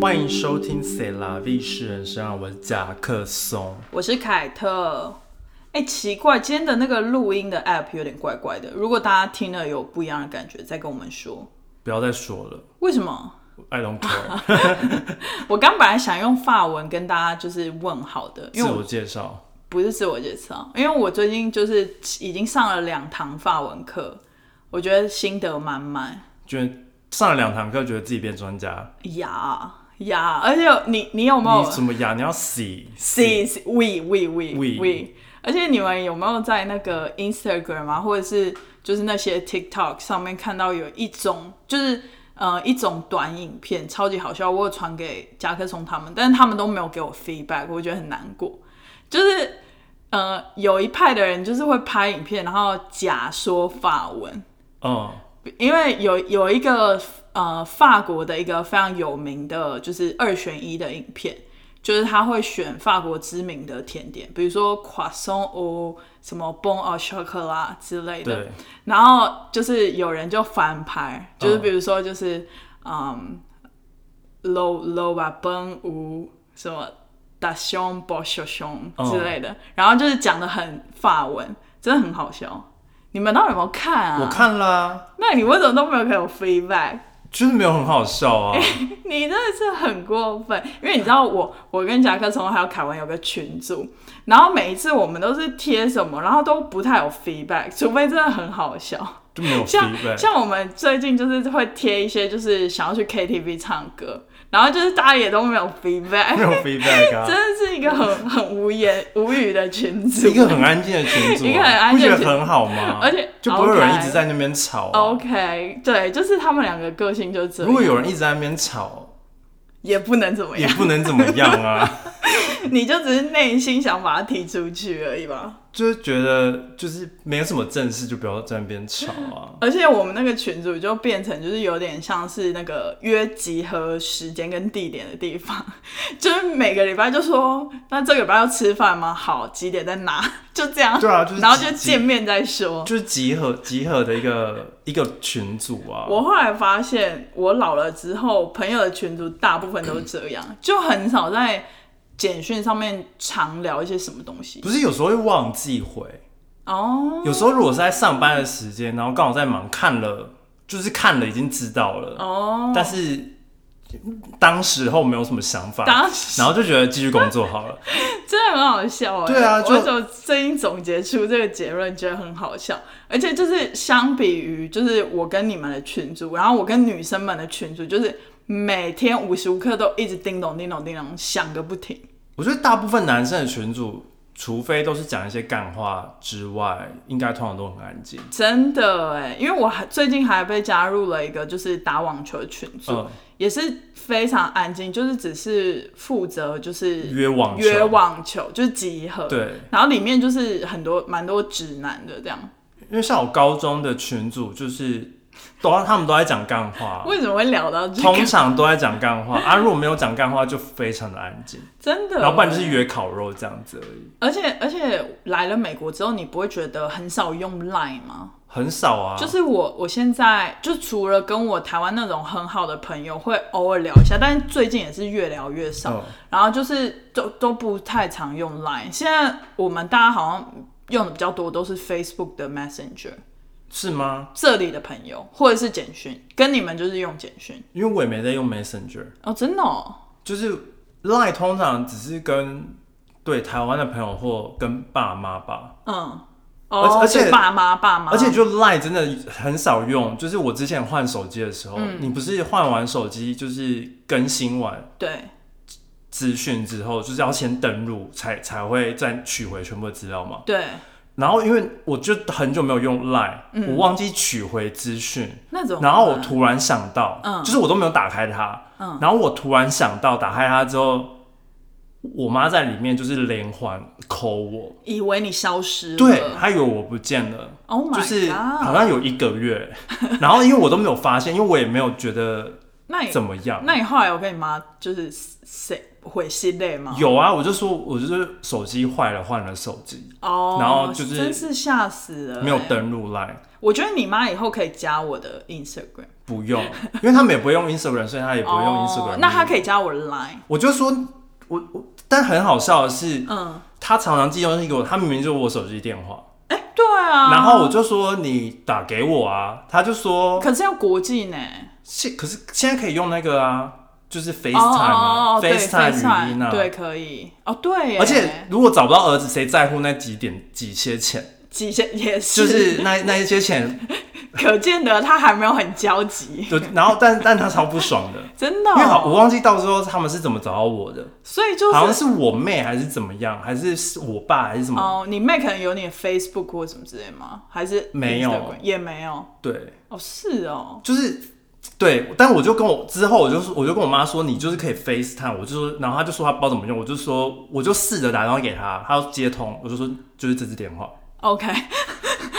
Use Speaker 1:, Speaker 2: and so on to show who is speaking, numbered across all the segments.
Speaker 1: 欢迎收听《C 啦 V 是人生》，我是夹克松。
Speaker 2: 我是凯特。哎、奇怪，今天的那个录音的 app 有点怪怪的。如果大家听了有不一样的感觉，再跟我们说
Speaker 1: 不要再说了
Speaker 2: 为什么。
Speaker 1: ，I don't care。
Speaker 2: 我刚本来想用法文跟大家就是问好的，因
Speaker 1: 自
Speaker 2: 为我
Speaker 1: 我介绍，
Speaker 2: 不是自我介绍，因为我最近就是已经上了两堂法文课，我觉得心得满满。
Speaker 1: 觉得上了两堂课，觉得自己变专家。
Speaker 2: 呀呀，而且你你有没有
Speaker 1: 你什么呀？你要洗
Speaker 2: C C we we we
Speaker 1: We
Speaker 2: 而且你们有没有在那个 Instagram 啊，或者是就是那些 TikTok 上面看到有一种就是呃一种短影片，超级好笑，我有传给夹克松他们，但是他们都没有给我 feedback，我觉得很难过。就是呃有一派的人就是会拍影片，然后假说法文，
Speaker 1: 嗯，
Speaker 2: 因为有有一个呃法国的一个非常有名的，就是二选一的影片，就是他会选法国知名的甜点，比如说 croissant au 什么 bon au chocolat 之类的
Speaker 1: 对。，
Speaker 2: 然后就是有人就翻拍，就是比如说就是嗯 low low 吧 bon 无什么 da s h o n bo s h o s h o
Speaker 1: 嗯
Speaker 2: n 之类的，然后就是讲的很法文，真的很好笑。你们到底有没有看啊？
Speaker 1: 我看啦，
Speaker 2: 那你为什么都没有给我 feedback？
Speaker 1: 就是没有很好笑啊。
Speaker 2: 哎你真的是很过分，因为你知道我，我跟夹克松还有凯文有个群组，然后每一次我们都是贴什么，然后都不太有 feedback，除非真的很好笑。
Speaker 1: 就没有
Speaker 2: 像
Speaker 1: feedback。
Speaker 2: 像我们最近就是会贴一些就是想要去 KTV 唱歌，然后就是大家也都没有 feedback，
Speaker 1: 没 有 feedback
Speaker 2: 真
Speaker 1: 啊，
Speaker 2: 的是一个很很无言无语的群组
Speaker 1: 一。个很安静的群组啊，
Speaker 2: 一个很安静
Speaker 1: 不
Speaker 2: 的
Speaker 1: 觉得很好吗？
Speaker 2: 而且
Speaker 1: 就不会有人
Speaker 2: OK
Speaker 1: 一直在那边吵啊、
Speaker 2: 哦 OK，对，就是他们两个个性就这
Speaker 1: 如果
Speaker 2: 样，
Speaker 1: 有人一直在那边吵，
Speaker 2: 也不能怎么
Speaker 1: 也
Speaker 2: 样。
Speaker 1: 不能怎么样啊，
Speaker 2: 你就只是内心想把它踢出去而已吧。
Speaker 1: 就是觉得就是没有什么正事，就不要在那边吵啊。
Speaker 2: 而且我们那个群组就变成就是有点像是那个约集合时间跟地点的地方， 就是每个礼拜就说那这个礼拜要吃饭吗？好，几点在哪？ 就这样。
Speaker 1: 对啊就是
Speaker 2: 然后就
Speaker 1: 集
Speaker 2: 见面再说。
Speaker 1: 就是集合集合的一个一个群组啊，
Speaker 2: 我后来发现，我老了之后，朋友的群组大部分都这 样，就很少在简讯上面常聊一些什么东西。
Speaker 1: 不是有时候会忘记回，
Speaker 2: 哦
Speaker 1: 有时候如果是在上班的时间，然后刚好在忙，看了就是看了已经知道了，
Speaker 2: 哦，
Speaker 1: 但是当时候没有什么想法，
Speaker 2: 当时
Speaker 1: 然后就觉得继续工作好了。
Speaker 2: 真的很好笑哎、
Speaker 1: 对啊就
Speaker 2: 我就最近总结出这个结论，觉得很好笑。而且就是相比于，就是我跟你们的群主，然后我跟女生们的群主，就是每天无时无刻都一直叮咚叮咚叮咚响个不停。
Speaker 1: 我觉得大部分男生的群组，除非都是讲一些干话之外，应该通常都很安静。
Speaker 2: 真的哎、因为我还最近还被加入了一个就是打网球的群组，
Speaker 1: 嗯，
Speaker 2: 也是非常安静，就是只是负责就是
Speaker 1: 约网球
Speaker 2: 约网球，就是集合。
Speaker 1: 嗯对，
Speaker 2: 然后里面就是很多蛮多直男的这样。
Speaker 1: 因为像我高中的群组，就是 都他们都在讲干话，
Speaker 2: 为什么会聊到这
Speaker 1: 通
Speaker 2: 个？
Speaker 1: 常都在讲干话 啊。如果没有讲干话，就非常的安静，
Speaker 2: 真的，
Speaker 1: 然后不然就是约烤肉这样子而已，
Speaker 2: 而且而且来了美国之后，你不会觉得很少用 Line 吗？
Speaker 1: 很少啊。
Speaker 2: 就是我我现在就除了跟我台湾那种很好的朋友会偶尔聊一下，但是最近也是越聊越少，
Speaker 1: 嗯
Speaker 2: 然后就是都都不太常用 Line。现在我们大家好像用的比较多都是 Facebook 的 Messenger，
Speaker 1: 是吗？
Speaker 2: 这里的朋友或者是简讯，跟你们就是用简讯
Speaker 1: 因为我也没在用 Messenger，
Speaker 2: 哦，真的、哦。
Speaker 1: 就是 Line 通常只是跟对台湾的朋友或跟爸妈吧。
Speaker 2: 嗯，
Speaker 1: 而且
Speaker 2: 哦，
Speaker 1: 而且
Speaker 2: 对爸妈爸妈，
Speaker 1: 而且就 Line 真的很少用，就是我之前换手机的时候，
Speaker 2: 嗯
Speaker 1: 你不是换完手机就是更新完
Speaker 2: 对
Speaker 1: 资讯之后，就是要先登录才才会再取回全部的资料嘛。
Speaker 2: 对，
Speaker 1: 然后因为我就很久没有用 Line，、我
Speaker 2: 嗯
Speaker 1: 忘记取回资讯，
Speaker 2: 那种。
Speaker 1: 然后我突然想到，
Speaker 2: 嗯
Speaker 1: 就是我都没有打开它，
Speaker 2: 嗯
Speaker 1: 然后我突然想到打开它之后，我妈在里面就是连环扣我，
Speaker 2: 以为你消失了。
Speaker 1: 对，她以为我不见了。
Speaker 2: ，Oh my god！
Speaker 1: 就是好像有一个月， 然后因为我都没有发现，因为我也没有觉得
Speaker 2: 那你
Speaker 1: 怎么样。
Speaker 2: 那你后来有跟你妈就是谁悔心累吗？
Speaker 1: 有啊，我就说，我就是手机坏了，换了手机，
Speaker 2: 哦，
Speaker 1: 然后就是
Speaker 2: 真是吓死了、
Speaker 1: 没有
Speaker 2: 欸。
Speaker 1: 登录 Line。
Speaker 2: 我觉得你妈以后可以加我的 Instagram，
Speaker 1: 不用，因为他们也不会用 Instagram，所以他也不会用
Speaker 2: 哦
Speaker 1: Instagram、
Speaker 2: 那他可以加我的 Line，
Speaker 1: 我就说，我我，但很好笑的是，
Speaker 2: 嗯，
Speaker 1: 他常常寄东西给我，他明明就是我手机电话，
Speaker 2: 哎、对啊。
Speaker 1: 然后我就说你打给我啊，他就说
Speaker 2: 可是要国际呢，
Speaker 1: 现可是现在可以用那个啊，就是 FaceTime
Speaker 2: 哦
Speaker 1: 啊
Speaker 2: 哦哦，对
Speaker 1: FaceTime 语音啊，
Speaker 2: 对，可以，哦，对耶，
Speaker 1: 而且如果找不到儿子，谁在乎那几点几些钱？
Speaker 2: 极限也，
Speaker 1: 就是是那那一些钱，
Speaker 2: 可见得他还没有很焦急，
Speaker 1: 就然后但但他超不爽的，
Speaker 2: 真的、
Speaker 1: 因为好我
Speaker 2: 哦，
Speaker 1: 忘记到时候他们是怎么找到我的，
Speaker 2: 所以就
Speaker 1: 好像
Speaker 2: 是
Speaker 1: 是我妹还是怎么样，还是是我爸还是什么？
Speaker 2: 哦，你妹可能有你的 Facebook 或什么之类吗？还是
Speaker 1: 没有
Speaker 2: Instagram？也没有，
Speaker 1: 对，
Speaker 2: 哦，是哦，
Speaker 1: 就是对，但我就跟我之后我就说，我就跟我妈说，你就是可以 FaceTime，我就说，然后她就说她不知道怎么用，我就说我就试着打电话给她，她要接通，我就说就是这支电话，
Speaker 2: OK，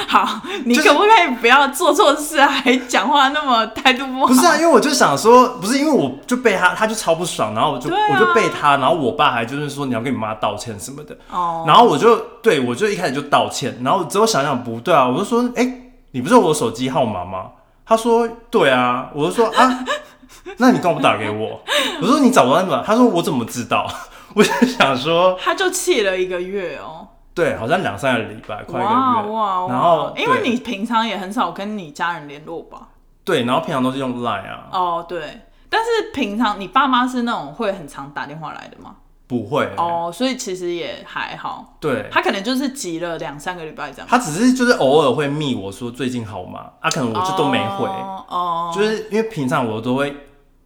Speaker 2: 好，你
Speaker 1: 就是
Speaker 2: 可不可以不要做错事，还讲话那么态度不好？
Speaker 1: 不是啊，因为我就想说，不是因为我就被她，她就超不爽，然后我就、
Speaker 2: 对啊
Speaker 1: 我就被她，然后我爸还就是说你要跟你妈道歉什么的，
Speaker 2: 哦，
Speaker 1: 然后我就对我就一开始就道歉，然后之后想想不对啊，我就说，哎、你不是有我手机号码吗？他说对啊，我就说啊， 那你干嘛不打给我？我说你找不到那个，他说我怎么知道？我就想说，
Speaker 2: 他就气了一个月哦，
Speaker 1: 对，好像两三个礼拜，快一个
Speaker 2: 哇
Speaker 1: 月。
Speaker 2: 哇哇！
Speaker 1: 然后
Speaker 2: 因为
Speaker 1: 对
Speaker 2: 你平常也很少跟你家人联络吧？
Speaker 1: 对，然后平常都是用 Line 啊，
Speaker 2: 哦，对。但是平常你爸妈是那种会很常打电话来的吗？
Speaker 1: 不会、
Speaker 2: 哦，所以其实也还好。
Speaker 1: 对。
Speaker 2: 他可能就是急了两三个礼拜这样。
Speaker 1: 他只是就是偶尔会密我说最近好吗？啊，可能我就都没回，
Speaker 2: 哦哦
Speaker 1: 就是因为平常我都会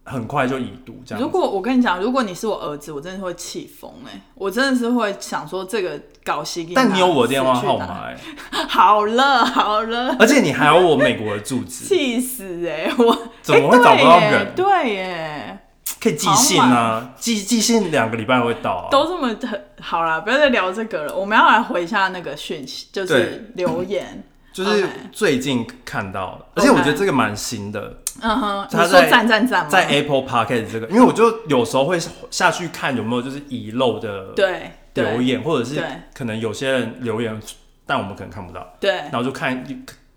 Speaker 1: 很快就已读这样子。
Speaker 2: 如果我跟你讲，如果你是我儿子，我真的会气疯哎，我真的是会想说这个搞戏。
Speaker 1: 但你有我的电话号
Speaker 2: 死去
Speaker 1: 码、欸，
Speaker 2: 哪？好了好了，
Speaker 1: 而且你还有我美国的住 址，
Speaker 2: 气死哎、我
Speaker 1: 怎么会找不到人
Speaker 2: 哎对耶，
Speaker 1: 可以寄信啊，寄寄信两个礼拜会到啊。
Speaker 2: 都这么很好啦，不要再聊这个了。我们要来回一下那个讯息，就
Speaker 1: 对
Speaker 2: 是留 言。
Speaker 1: 就是最近看到的，而且我觉得这个蛮新的，
Speaker 2: 嗯哼，你
Speaker 1: 他
Speaker 2: 说
Speaker 1: 在
Speaker 2: 赞赞赞吗？
Speaker 1: 在 Apple Podcast 这个，因为我就有时候会下去看有没有就是遗漏的
Speaker 2: 对对
Speaker 1: 留言，或者是
Speaker 2: 对
Speaker 1: 可能有些人留言，但我们可能看不到，
Speaker 2: 对
Speaker 1: 然，后就看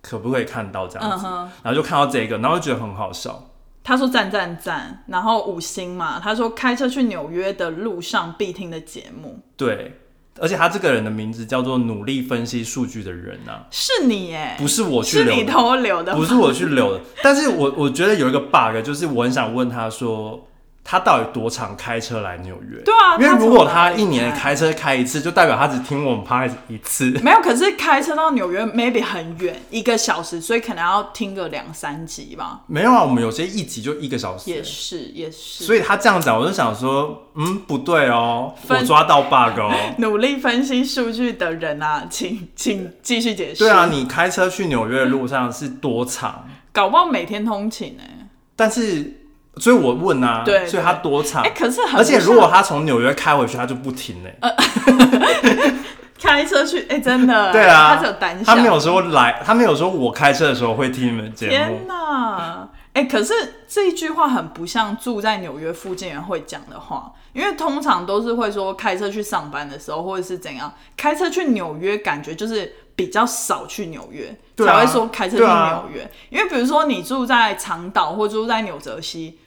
Speaker 1: 可可不可以看到这样
Speaker 2: 嗯
Speaker 1: 子，
Speaker 2: 哼，
Speaker 1: 然后就看到这个，然后就觉得很好笑。
Speaker 2: 他说赞赞赞，然后五星嘛，他说开车去纽约的路上必听的节目
Speaker 1: 对，而且他这个人的名字叫做努力分析数据的人啊，
Speaker 2: 是你耶，
Speaker 1: 不是我去
Speaker 2: 是
Speaker 1: 留
Speaker 2: 你
Speaker 1: 的。
Speaker 2: 偷留的吗，
Speaker 1: 不是我去留的，但是我我觉得有一个 bug，就是我很想问他说，他到底多常开车来纽约？
Speaker 2: 对啊，
Speaker 1: 因为如果他
Speaker 2: 从哪里
Speaker 1: 一年开车开一次，就代表他只听我们 p o d 一次。
Speaker 2: 没有，可是开车到纽约 maybe 很远，一个小时，所以可能要听个两三集吧。
Speaker 1: 没有啊，我们有些一集就一个小时
Speaker 2: 也，是，也是。
Speaker 1: 所以他这样讲，我就想说，嗯，不对哦，我
Speaker 2: 分
Speaker 1: 抓到 bug 哦。
Speaker 2: 努力分析数据的人啊，请请继续解释。
Speaker 1: 对啊，，你开车去纽约的路上是多长？
Speaker 2: 搞不好每天通勤呢、欸
Speaker 1: 但是，所以我问啊，
Speaker 2: 对
Speaker 1: 所以他多长
Speaker 2: 哎、？可是很不
Speaker 1: 啊而且如果
Speaker 2: 像
Speaker 1: 他从纽约开回去，他就不停欸嘞。
Speaker 2: 开车去，哎、真的，
Speaker 1: 对啊，
Speaker 2: 他只有单向，
Speaker 1: 他没有说来， 他没有说我开车的时候会听你们节
Speaker 2: 天
Speaker 1: 目。
Speaker 2: 哪！哎、可是这一句话很不像住在纽约附近人会讲的话，因为通常都是会说开车去上班的时候，或者是怎样，开车去纽约，感觉就是比较少去纽约、
Speaker 1: 对啊
Speaker 2: 才会说开车去
Speaker 1: 对啊
Speaker 2: 纽约、因为比如说你住在长岛或住在纽泽西，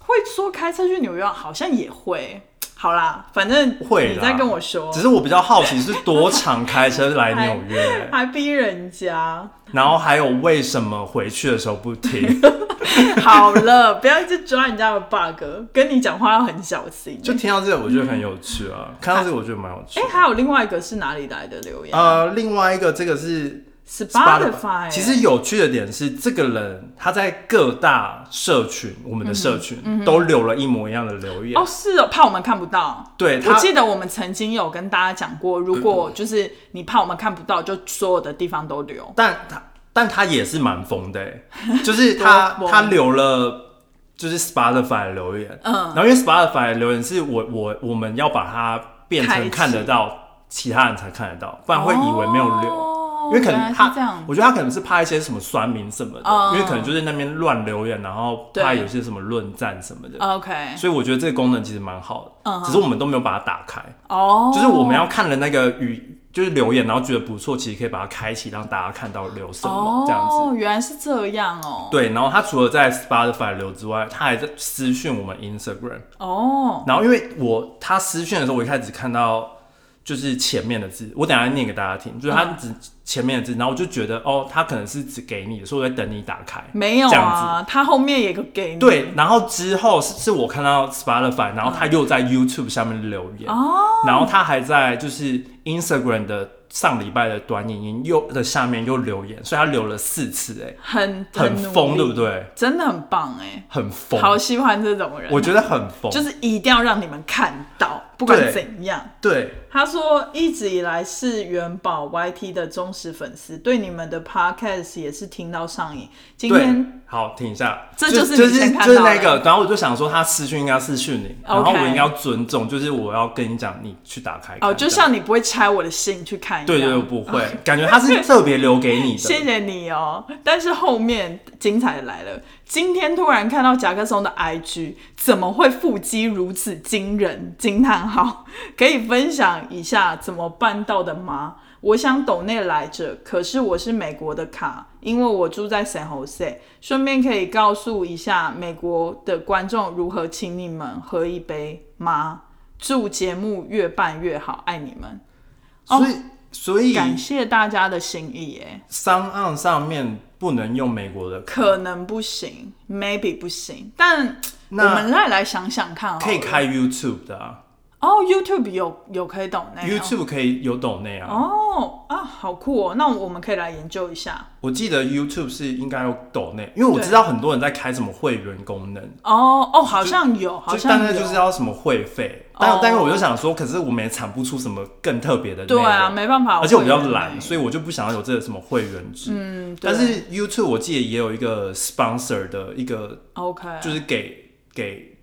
Speaker 2: 会说开车去纽约，好像也会。好啦，反正
Speaker 1: 会啦
Speaker 2: 你再跟我说
Speaker 1: 只，是我比较好奇是多常开车来纽约，
Speaker 2: 还逼人家。
Speaker 1: 然后还有为什么回去的时候不 听，
Speaker 2: 好了，不要一直抓人家的 bug，跟你讲话要很小心。
Speaker 1: 就听到这个我觉得很有趣啊，看到这个我觉得蛮有趣
Speaker 2: 哎、。还有另外一个是哪里来的留言、
Speaker 1: 呃，另外一个这个是
Speaker 2: s p o t i f y
Speaker 1: 其实有趣的点是，这个人他在各大社群，我
Speaker 2: 嗯
Speaker 1: 们的社群都留了一模一样的留言
Speaker 2: 哦，是哦，怕我们看不到。
Speaker 1: 对
Speaker 2: 我
Speaker 1: 他
Speaker 2: 记得我们曾经有跟大家讲过，如果就是你怕我们看不到，就所有的地方都留。
Speaker 1: 但他但他也是蛮疯的 欸、就是他
Speaker 2: 多疯
Speaker 1: 他留了就是 Spotify 的留言，嗯，然后因为 Spotify 的留言是我我我们要把它变
Speaker 2: 开启
Speaker 1: 成看得到，其他人才看得到，不然会以为没有留。
Speaker 2: 哦
Speaker 1: 因为可
Speaker 2: 原来
Speaker 1: 能
Speaker 2: 是
Speaker 1: 他
Speaker 2: 这样，
Speaker 1: 我觉得他可能是怕一些什么酸民什么的，
Speaker 2: 哦
Speaker 1: 因为可能就在那边乱留言，然后
Speaker 2: 对
Speaker 1: 怕有些什么论战什么的，
Speaker 2: OK，
Speaker 1: 所以我觉得这个功能其实蛮好的，
Speaker 2: 嗯哼
Speaker 1: 只是我们都没有把它打开，
Speaker 2: 哦，
Speaker 1: 就是我们要看的那个语就是留言，然后觉得不错，其实可以把它开启，让大家看到留什么、这样子。
Speaker 2: 哦，原来是这样哦。
Speaker 1: 对，然后他除了在 Spotify 留之外，他还在私讯我们 Instagram。
Speaker 2: 哦，
Speaker 1: 然后因为我他私讯的时候，我一开始只看到就是前面的字，我等一下念给大家听，就是他只前面的字，然后我就觉得哦，他可能是只给你的，所以我在等你打开。
Speaker 2: 没有
Speaker 1: 这样
Speaker 2: 啊，他后面也给你。
Speaker 1: 对，然后之后是是我看到 Spotify，然后他又在 YouTube 下面留言，
Speaker 2: 嗯哦，
Speaker 1: 然后他还在就是 Instagram 的上礼拜的短影音又的下面又留言，所以他留了四次、欸，
Speaker 2: 很
Speaker 1: 哎，很疯，对不
Speaker 2: 对？
Speaker 1: 对？
Speaker 2: 真的很棒哎，
Speaker 1: 很疯，
Speaker 2: 好喜欢这种人，
Speaker 1: 我觉得很疯，
Speaker 2: 就是一定要让你们看到，不管
Speaker 1: 对
Speaker 2: 怎样。
Speaker 1: 对
Speaker 2: 他说一直以来是元宝 YT 的忠实粉丝，对你们的 Podcast 也是听到上瘾。今
Speaker 1: 对
Speaker 2: 天，
Speaker 1: 好，停一下，
Speaker 2: 这
Speaker 1: 就
Speaker 2: 就是
Speaker 1: 就
Speaker 2: 你先
Speaker 1: 是
Speaker 2: 看
Speaker 1: 就是
Speaker 2: 到
Speaker 1: 那
Speaker 2: 的
Speaker 1: 个，然后我就想说他私讯应该私讯你，然后
Speaker 2: OK
Speaker 1: 我应该要尊重，就是我要跟你讲，你去打开
Speaker 2: 哦，
Speaker 1: 看
Speaker 2: 就
Speaker 1: 这样
Speaker 2: 像你哦不会拆我的信去看一样。
Speaker 1: 对对，我不会，感觉他是特别留给 你的，
Speaker 2: 谢谢你哦，但是后面精彩的来了。今天突然看到甲壳虫的 IG，怎么会腹肌如此惊人？惊叹号！可以分享一下怎么办到的吗？我想抖内来着，可是我是美国的卡，因为我住在 San Jose。顺便可以告诉一下美国的观众如何请你们喝一杯吗？祝节目越办越好，爱你们！
Speaker 1: 所以所以
Speaker 2: 哦感谢大家的心意耶。
Speaker 1: 商案上面不能用美国的，
Speaker 2: 可能不行，maybe 不行，但我
Speaker 1: 那
Speaker 2: 们再来想想看好了，
Speaker 1: 可以开 YouTube 的啊
Speaker 2: 哦，YouTube 有有可以懂那个
Speaker 1: ，YouTube 可以有抖内啊，
Speaker 2: 哎哦啊，好酷哦，那我们可以来研究一下
Speaker 1: 我记得 YouTube 是应该有抖内，因为我知道很多人在开什么会员功能。
Speaker 2: 哦哦，好像有，好
Speaker 1: 就是
Speaker 2: 像
Speaker 1: 但
Speaker 2: 有，
Speaker 1: 是就是要什么会费，但、
Speaker 2: 哦
Speaker 1: 但是我就想说，可是我们也产不出什么更特别的内容
Speaker 2: 对啊，没办法，
Speaker 1: 而且我比较
Speaker 2: 会有
Speaker 1: 懒，
Speaker 2: 那
Speaker 1: 所以我就不想要有这个什么会员制。
Speaker 2: 嗯，对
Speaker 1: 但是 YouTube 我记得也有一个 sponsor 的一个，
Speaker 2: OK，
Speaker 1: 就是给给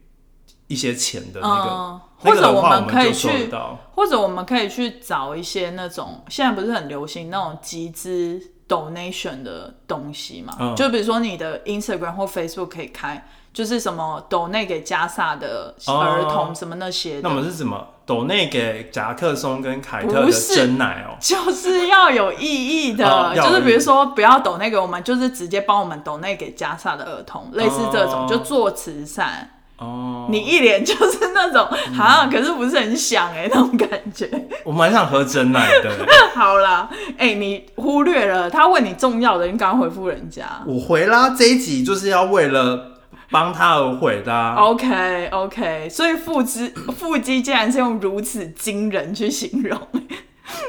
Speaker 1: 一些钱的那个，
Speaker 2: 嗯，
Speaker 1: 那
Speaker 2: 或
Speaker 1: 个
Speaker 2: 者
Speaker 1: 的话
Speaker 2: 们可
Speaker 1: 就
Speaker 2: 以
Speaker 1: 收得
Speaker 2: 去，
Speaker 1: 到。
Speaker 2: 或者我们可以去找一些那种现在不是很流行那种集资 donation 的东西嘛？
Speaker 1: 嗯
Speaker 2: 就比如说你的 Instagram 或 Facebook 可以开，就是什么 donate 给加萨的
Speaker 1: 哦
Speaker 2: 儿童什么那些的，
Speaker 1: 那我们是什么？抖内给夹克松跟凯特
Speaker 2: 不
Speaker 1: 的
Speaker 2: 是
Speaker 1: 真奶哦、
Speaker 2: 就是要有意义的，
Speaker 1: 哦要有
Speaker 2: 就是
Speaker 1: 意义
Speaker 2: 比如说不要抖那个，我们就是直接帮我们抖那给加萨的儿童，类似这种
Speaker 1: 哦
Speaker 2: 就做慈善。
Speaker 1: 哦，嗯
Speaker 2: 你一脸就是那种啊，可是不是很想哎、那种感觉。
Speaker 1: 我蛮想喝真奶 的。
Speaker 2: 好啦，哎、你忽略了他问你重要的，你赶快回复人家。
Speaker 1: 我回啦，这一集就是要为了帮他而回的、啊。
Speaker 2: OK OK，所以腹肌 腹肌竟然是用如此惊人去形容，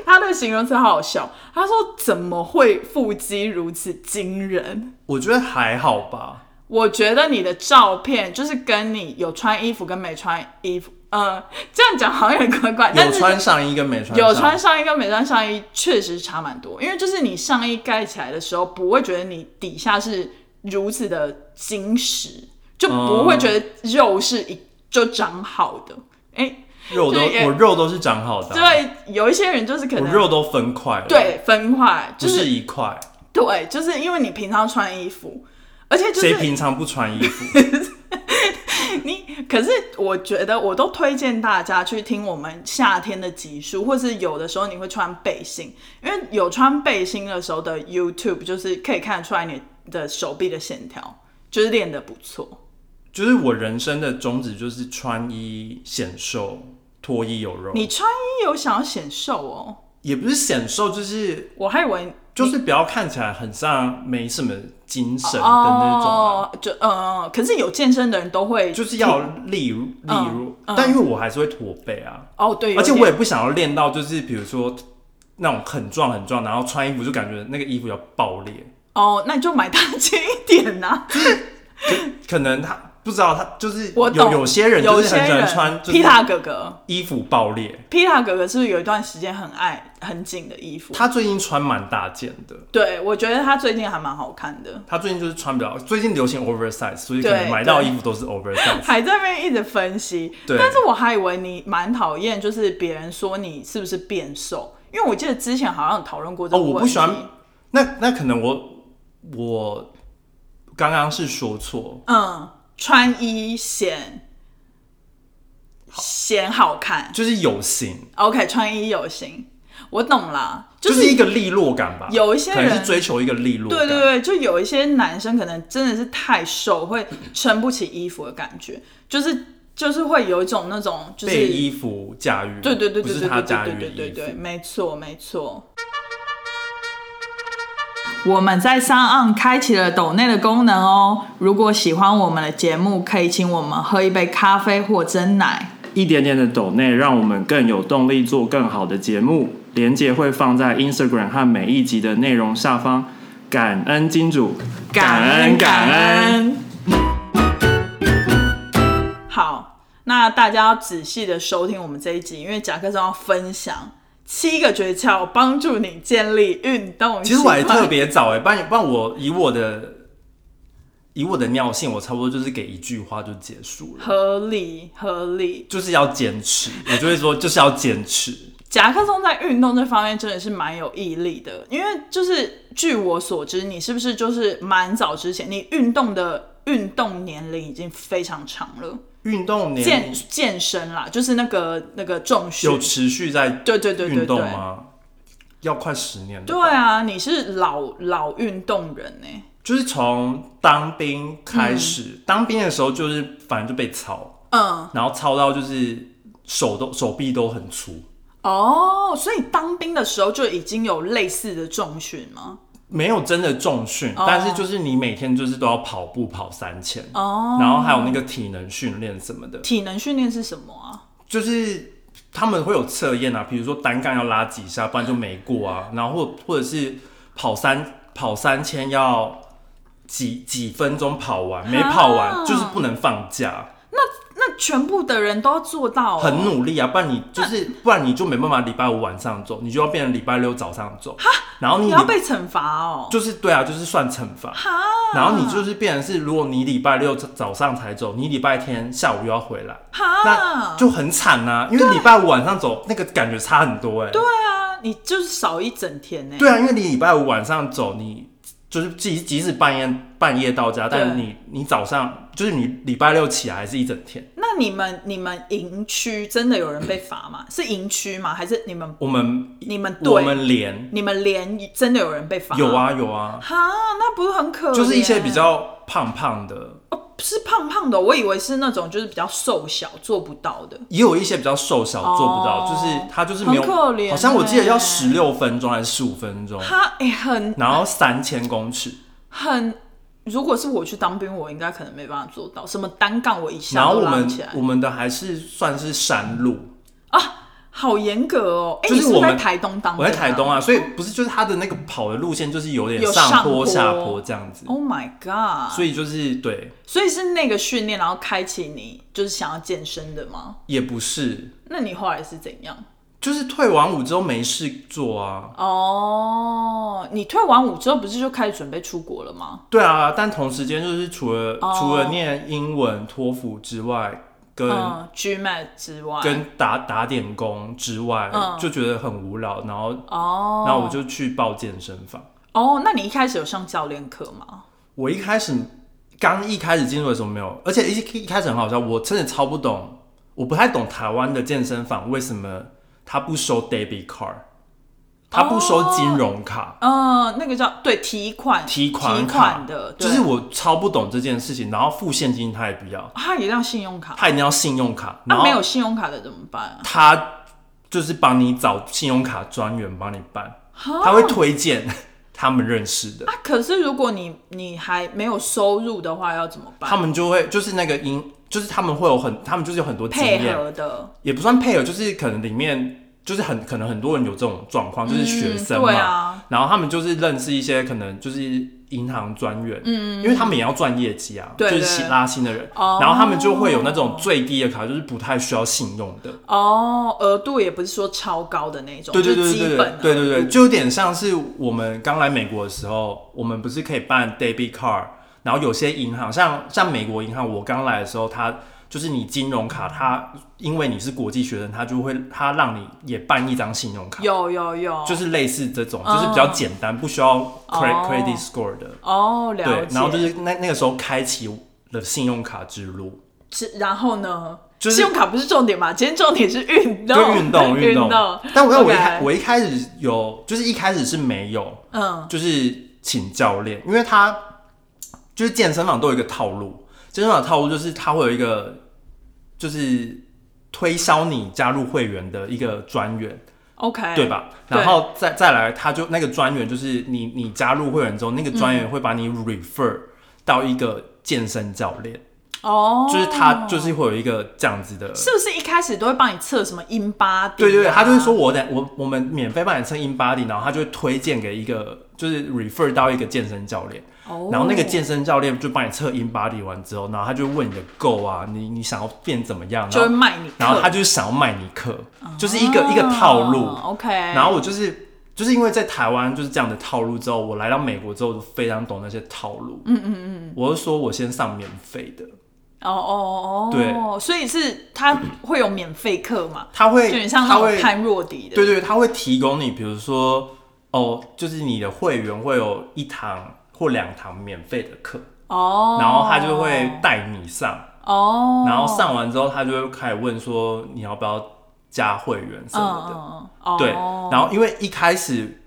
Speaker 2: 他的形容词好好笑。他说怎么会腹肌如此惊人？
Speaker 1: 我觉得还好吧。
Speaker 2: 我觉得你的照片就是跟你有穿衣服跟没穿衣服，呃，这样讲好像有点怪怪，但
Speaker 1: 有
Speaker 2: 是
Speaker 1: 穿上衣跟没穿上，
Speaker 2: 有穿上衣跟没穿上衣确实差蛮多，因为就是你上衣盖起来的时候，不会觉得你底下是如此的精实，就
Speaker 1: 嗯
Speaker 2: 不会觉得肉是一就长好的。哎、
Speaker 1: 肉都
Speaker 2: 对也
Speaker 1: 我肉都是长好的啊、
Speaker 2: 对，有一些人就是可
Speaker 1: 我
Speaker 2: 能
Speaker 1: 肉都分块了，，
Speaker 2: 对分块，就
Speaker 1: 不是
Speaker 2: 是
Speaker 1: 一块。
Speaker 2: 对，就是因为你平常穿衣服，而且就
Speaker 1: 谁
Speaker 2: 是
Speaker 1: 平常不穿衣服？
Speaker 2: 你，可是我觉得我都推荐大家去听我们夏天的集数，或是有的时候你会穿背心，因为有穿背心的时候的 YouTube 就是可以看得出来你的手臂的线条，就是练得不错。
Speaker 1: 就是我人生的宗旨就是穿衣显瘦，脱衣有肉。
Speaker 2: 你穿衣有想要显瘦哦，
Speaker 1: 也不是显瘦，就是
Speaker 2: 我还以为
Speaker 1: 就是不要看起来很像没什么精神的那种啊、
Speaker 2: 哦，就呃，可是有健身的人都会
Speaker 1: 就是要例如例如，
Speaker 2: 嗯
Speaker 1: 但因为我还是会驼背啊。
Speaker 2: 哦，对，有
Speaker 1: 而且
Speaker 2: 点
Speaker 1: 我也不想要练到，就是比如说那种很壮很壮，然后穿衣服就感觉那个衣服要爆裂，
Speaker 2: 哦，那你就买大件啊一点呐、
Speaker 1: 可能他不知道他就是
Speaker 2: 我
Speaker 1: 有
Speaker 2: 懂，
Speaker 1: 有些人
Speaker 2: 有
Speaker 1: 就是
Speaker 2: 些
Speaker 1: 很喜欢
Speaker 2: 人
Speaker 1: 穿就是
Speaker 2: 皮塔哥哥，
Speaker 1: 衣服爆裂，
Speaker 2: 皮塔哥哥是不是有一段时间很爱很紧的衣服？
Speaker 1: 他最近穿蛮大件的，
Speaker 2: 对，我觉得他最近还蛮好 看的，
Speaker 1: 他最近就是穿比较最近流行 oversize，所以可
Speaker 2: 对
Speaker 1: 能买到
Speaker 2: 对
Speaker 1: 衣服都是 oversize。
Speaker 2: 还在那边一直分析。
Speaker 1: 对
Speaker 2: 但是我还以为你蛮讨厌，就是别人说你是不是变瘦，因为我记得之前好像有讨论过这
Speaker 1: 哦，
Speaker 2: 个问题。
Speaker 1: 我不喜欢，那那可能我我刚刚是说错，
Speaker 2: 嗯，穿衣显显好看
Speaker 1: 就是有型，
Speaker 2: ，OK，穿衣有型。我懂啦，
Speaker 1: 就是是一个利落感吧，
Speaker 2: 有一些
Speaker 1: 可能
Speaker 2: 人
Speaker 1: 是追求一个利落感。
Speaker 2: 对对对，就有一些男生可能真的是太瘦，会撑不起衣服的感觉，就是就是会有一种那种就是
Speaker 1: 被衣服驾驭，
Speaker 2: 对对对
Speaker 1: 不
Speaker 2: 对
Speaker 1: 是
Speaker 2: 对
Speaker 1: 他
Speaker 2: 对
Speaker 1: 驾驭
Speaker 2: 对对对
Speaker 1: 衣
Speaker 2: 对，
Speaker 1: 服。
Speaker 2: 没错没错。我们在上岸开启了抖内的功能哦。如果喜欢我们的节目，可以请我们喝一杯咖啡或蒸奶。
Speaker 3: 一点点的抖内，让我们更有动力做更好的节目。连接会放在 Instagram 和每一集的内容下方。感恩金主，
Speaker 2: 感恩。好，那大家要仔细的收听我们这一集，因为甲克松要分享七个诀窍，帮助你建立运动习
Speaker 1: 其
Speaker 2: 惯。
Speaker 1: 实我还特别早哎、欸，不然不然我以我的以我的尿性，我差不多就是给一句话就结束了，
Speaker 2: 合理合理，
Speaker 1: 就是要坚持。我就会说就是要坚持，
Speaker 2: 夹克松在运动这方面真的是蛮有毅力的，因为就是据我所知，你是不是就是蛮早之前，你运动的运动年龄已经非常长了，
Speaker 1: 运动
Speaker 2: 健
Speaker 1: 年
Speaker 2: 健身啦，就是那个那个重
Speaker 1: 有
Speaker 2: 训，
Speaker 1: 持续在
Speaker 2: 对对对对
Speaker 1: 运动
Speaker 2: 对，
Speaker 1: 吗？要快十年了，
Speaker 2: 对，啊，你是老老运动人呢、欸
Speaker 1: 就是从当兵开始，当兵的时候就是反正就被操，
Speaker 2: 嗯，
Speaker 1: 然后操到就是手都手臂都很粗，
Speaker 2: 哦，所以当兵的时候就已经有类似的重训吗？
Speaker 1: 没有真的重训，
Speaker 2: 哦
Speaker 1: 但是就是你每天就是都要跑步跑三千，
Speaker 2: 哦，
Speaker 1: 然后还有那个体能训练什么的，
Speaker 2: 体能训练是什么啊？
Speaker 1: 就是他们会有测验啊，比如说单杠要拉几下，不然就没过啊，然后或或者是跑三跑三千要几几分钟跑完，没跑
Speaker 2: 啊
Speaker 1: 完就是不能放假，
Speaker 2: 那全部的人都要做到、哦，
Speaker 1: 很努力啊，不然你就是不然你就没办法礼拜五晚上走，你就要变成礼拜六早上走，然后你
Speaker 2: 你
Speaker 1: 礼
Speaker 2: 要被惩罚哦。
Speaker 1: 就是对啊，就是算惩罚。
Speaker 2: 哈，
Speaker 1: 然后你就是变成是，如果你礼拜六早上才走，你礼拜天下午又要回来，
Speaker 2: 哈
Speaker 1: 那，就很惨呐、因为礼拜五晚上走，那个感觉差很多哎、
Speaker 2: 对啊，你就是少一整天呢、欸
Speaker 1: 对啊，因为你礼拜五晚上走，你就是即即使半夜半夜到家，
Speaker 2: 对
Speaker 1: 但你你早上就是你礼拜六起来还是一整天。
Speaker 2: 那你们你们营区真的有人被罚吗？ 是营区吗？还是你们
Speaker 1: 我们
Speaker 2: 你们
Speaker 1: 我
Speaker 2: 队
Speaker 1: 们连
Speaker 2: 你们连真的有人被罚？
Speaker 1: 有。啊有啊，
Speaker 2: 哈，那不是很可怜？
Speaker 1: 就是一些比较胖胖的，
Speaker 2: 哦，是胖胖的，我以为是那种就是比较瘦小做不到的。
Speaker 1: 也有一些比较瘦小做不到，
Speaker 2: 哦
Speaker 1: 就是他就是没有，
Speaker 2: 很可怜
Speaker 1: 好像我记得要
Speaker 2: 欸
Speaker 1: 十六分钟还是十五分钟，
Speaker 2: 哈，哎、很
Speaker 1: 然后三千公尺。
Speaker 2: 很，如果是我去当兵，我应该可能没办法做到。什么单杠，我一
Speaker 1: 然
Speaker 2: 下
Speaker 1: 后
Speaker 2: 都
Speaker 1: 我
Speaker 2: 拉不
Speaker 1: 们
Speaker 2: 起来
Speaker 1: 我，们的还是算是山路，
Speaker 2: 好严格哦。哎、
Speaker 1: 就是
Speaker 2: 你是不
Speaker 1: 我
Speaker 2: 是在
Speaker 1: 们
Speaker 2: 台东当兵、
Speaker 1: 我在台东啊，所以不是就是它的那个跑的路线就是有点
Speaker 2: 有
Speaker 1: 上坡
Speaker 2: 上坡
Speaker 1: 下坡这样子，
Speaker 2: Oh my god！
Speaker 1: 所以就是对，
Speaker 2: 所以是那个训练，然后开启你就是想要健身的吗？
Speaker 1: 也不是，
Speaker 2: 那你后来是怎样？
Speaker 1: 就是退完伍之后没事做啊，
Speaker 2: 哦、你退完伍之后不是就开始准备出国了吗？
Speaker 1: 对啊，但同时间就是除了、
Speaker 2: 哦
Speaker 1: 除了念英文托福之外，跟、
Speaker 2: 嗯，GMAT 之外，
Speaker 1: 跟打打点工之外，
Speaker 2: 嗯
Speaker 1: 就觉得很无聊，然后
Speaker 2: 哦，
Speaker 1: 然后我就去报健身房。
Speaker 2: 哦，那你一开始有上教练课吗？
Speaker 1: 我一开始刚一开始进入的时候没有，而且一一开始很好笑，我真的超不懂，我不太懂台湾的健身房为什么他不收 debit card，他不
Speaker 2: 哦
Speaker 1: 收金融卡、
Speaker 2: 嗯，那个叫对提款
Speaker 1: 提款
Speaker 2: 提
Speaker 1: 卡
Speaker 2: 款的，对
Speaker 1: 就是我超不懂这件事情。然后付现金他也不要，
Speaker 2: 他也要信用卡，
Speaker 1: 他一定要信用卡，
Speaker 2: 那、
Speaker 1: 然后
Speaker 2: 啊没有信用卡的怎么办啊？
Speaker 1: 他就是帮你找信用卡专员帮你办，他会推荐他们认识的。
Speaker 2: 啊，可是如果你你还没有收入的话，要怎么办？
Speaker 1: 他们就会就是那个因，就是他们会有很，他们就是有很多经
Speaker 2: 配
Speaker 1: 验，
Speaker 2: 合的，
Speaker 1: 也不算配偶，就是可能里面就是很可能很多人有这种状况，就是学生
Speaker 2: 嗯、
Speaker 1: 嘛，
Speaker 2: 对啊，
Speaker 1: 然后他们就是认识一些可能就是银行专员，嗯，因为他们也要赚业绩啊，
Speaker 2: 对
Speaker 1: 就是
Speaker 2: 对
Speaker 1: 新拉新的人，
Speaker 2: 哦
Speaker 1: 然后他们就会有那种最低的卡，就是不太需要信用的，
Speaker 2: 哦，额度也不是说超高的那种，
Speaker 1: 对对
Speaker 2: 就
Speaker 1: 对
Speaker 2: 是
Speaker 1: 对
Speaker 2: 基
Speaker 1: 对
Speaker 2: 本啊的
Speaker 1: 对对对，就有点像是我们刚来美国的时候，我们不是可以办 debit card，然后有些银行像像美国银行，我刚来的时候，它就是你金融卡，它因为你是国际学生，它就会它让你也办一张信用卡，
Speaker 2: 有有有，
Speaker 1: 就是类似这种，
Speaker 2: 嗯
Speaker 1: 就是比较简单，不需要 credit
Speaker 2: 哦
Speaker 1: credit score 的，
Speaker 2: 哦，了
Speaker 1: 对
Speaker 2: 解，，
Speaker 1: 然后就是那那个时候开启了信用卡之路，
Speaker 2: 是然后呢？
Speaker 1: 就是
Speaker 2: 信用卡不是重点嘛？今天重点是运动，
Speaker 1: 就运动
Speaker 2: 哦 运
Speaker 1: 运动。但我
Speaker 2: OK
Speaker 1: 我一开我一开始有，就是一开始是没有，
Speaker 2: 嗯，
Speaker 1: 就是请教练，因为他就是健身房都有一个套路，健身房的套路就是他会有一个就是推销你加入会员的一个专员，
Speaker 2: OK，
Speaker 1: 对？吧？
Speaker 2: 哎对
Speaker 1: 然后再再来，他就那个专员就是你你加入会员之后，那个专员会把你 refer 到一个健身教练，
Speaker 2: 哦，
Speaker 1: 就是他就是会有一个这样子的。
Speaker 2: 是不是一开始都会帮你测什么英巴、啊
Speaker 1: 对对对，他就会说，我得我我们免费帮你称 in body，然后他就会推荐给一个就是 refer 到一个健身教练，
Speaker 2: 哦
Speaker 1: 然后那个健身教练就帮你测 in body 完之后，然后他就问你的 goal 啊，你你想要变怎么样，
Speaker 2: 就会
Speaker 1: 然后
Speaker 2: 卖你课，
Speaker 1: 然后他就是想要卖你课，就是一个一个套路，
Speaker 2: 哦 OK，
Speaker 1: 然后我就是就是因为在台湾就是这样的套路之后，我来到美国之后就非常懂那些套路。嗯嗯嗯，我是说我先上免费的，
Speaker 2: 哦哦哦，
Speaker 1: 对，
Speaker 2: 所以是他会有免费课嘛？
Speaker 1: 他会
Speaker 2: 就很像
Speaker 1: 他
Speaker 2: 那种
Speaker 1: 会
Speaker 2: 看弱底的，
Speaker 1: 对对，他会提供你，比如说哦，就是你的会员会有一堂或两堂免费的课，
Speaker 2: 哦，
Speaker 1: 然后他就会带你上，
Speaker 2: 哦，
Speaker 1: 然后上完之后他就会开始问说你要不要加会员什么的。
Speaker 2: 嗯嗯嗯，
Speaker 1: 对，
Speaker 2: 哦
Speaker 1: 然后因为一开始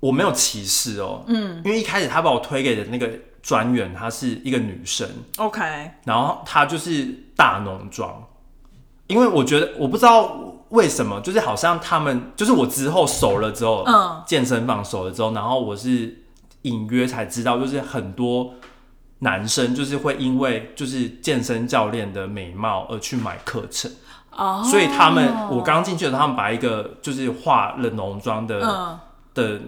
Speaker 1: 我没有歧视哦，嗯，因为一开始他把我推给的那个专员，她是一个女生，
Speaker 2: OK，
Speaker 1: 然后她就是大浓妆，因为我觉得我不知道为什么，就是好像他们就是我之后熟了之后，
Speaker 2: 嗯，
Speaker 1: 健身房熟了之后，然后我是隐约才知道，就是很多。男生就是会因为就是健身教练的美貌而去买课程，
Speaker 2: 哦，
Speaker 1: 所以他们我刚进去的时候，他们把一个就是化了浓妆的、
Speaker 2: 嗯，
Speaker 1: 的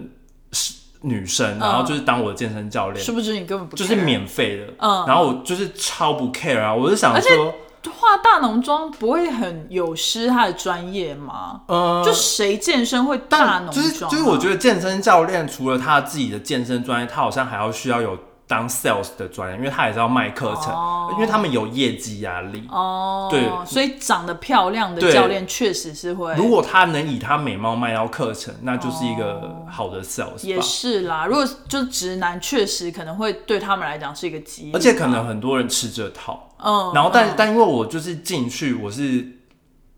Speaker 1: 是女生，然后就是当我的健身教练，
Speaker 2: 殊不知你根本不
Speaker 1: 就是
Speaker 2: care
Speaker 1: 免费的。
Speaker 2: 嗯
Speaker 1: 然后我就是超不 care 啊，我就想
Speaker 2: 而且
Speaker 1: 说，
Speaker 2: 化大浓妆不会很有失他的专业吗？
Speaker 1: 呃，
Speaker 2: 就谁健身会大浓妆啊？
Speaker 1: 就是就是我觉得健身教练除了他自己的健身专业，他好像还要需要有当 sales 的专业，因为他也是要卖课程，
Speaker 2: 哦
Speaker 1: 因为他们有业绩压力。
Speaker 2: 哦，
Speaker 1: 对
Speaker 2: 所以长得漂亮的
Speaker 1: 对
Speaker 2: 教练确实是会，
Speaker 1: 如果他能以他美貌卖到课程，那就是一个好的 sales
Speaker 2: 也
Speaker 1: 吧。
Speaker 2: 是啦。如果就直男，确实可能会对他们来讲是一个激励，
Speaker 1: 而且可能很多人吃这套，
Speaker 2: 嗯，
Speaker 1: 然后但、
Speaker 2: 嗯
Speaker 1: 但因为我就是进去，我是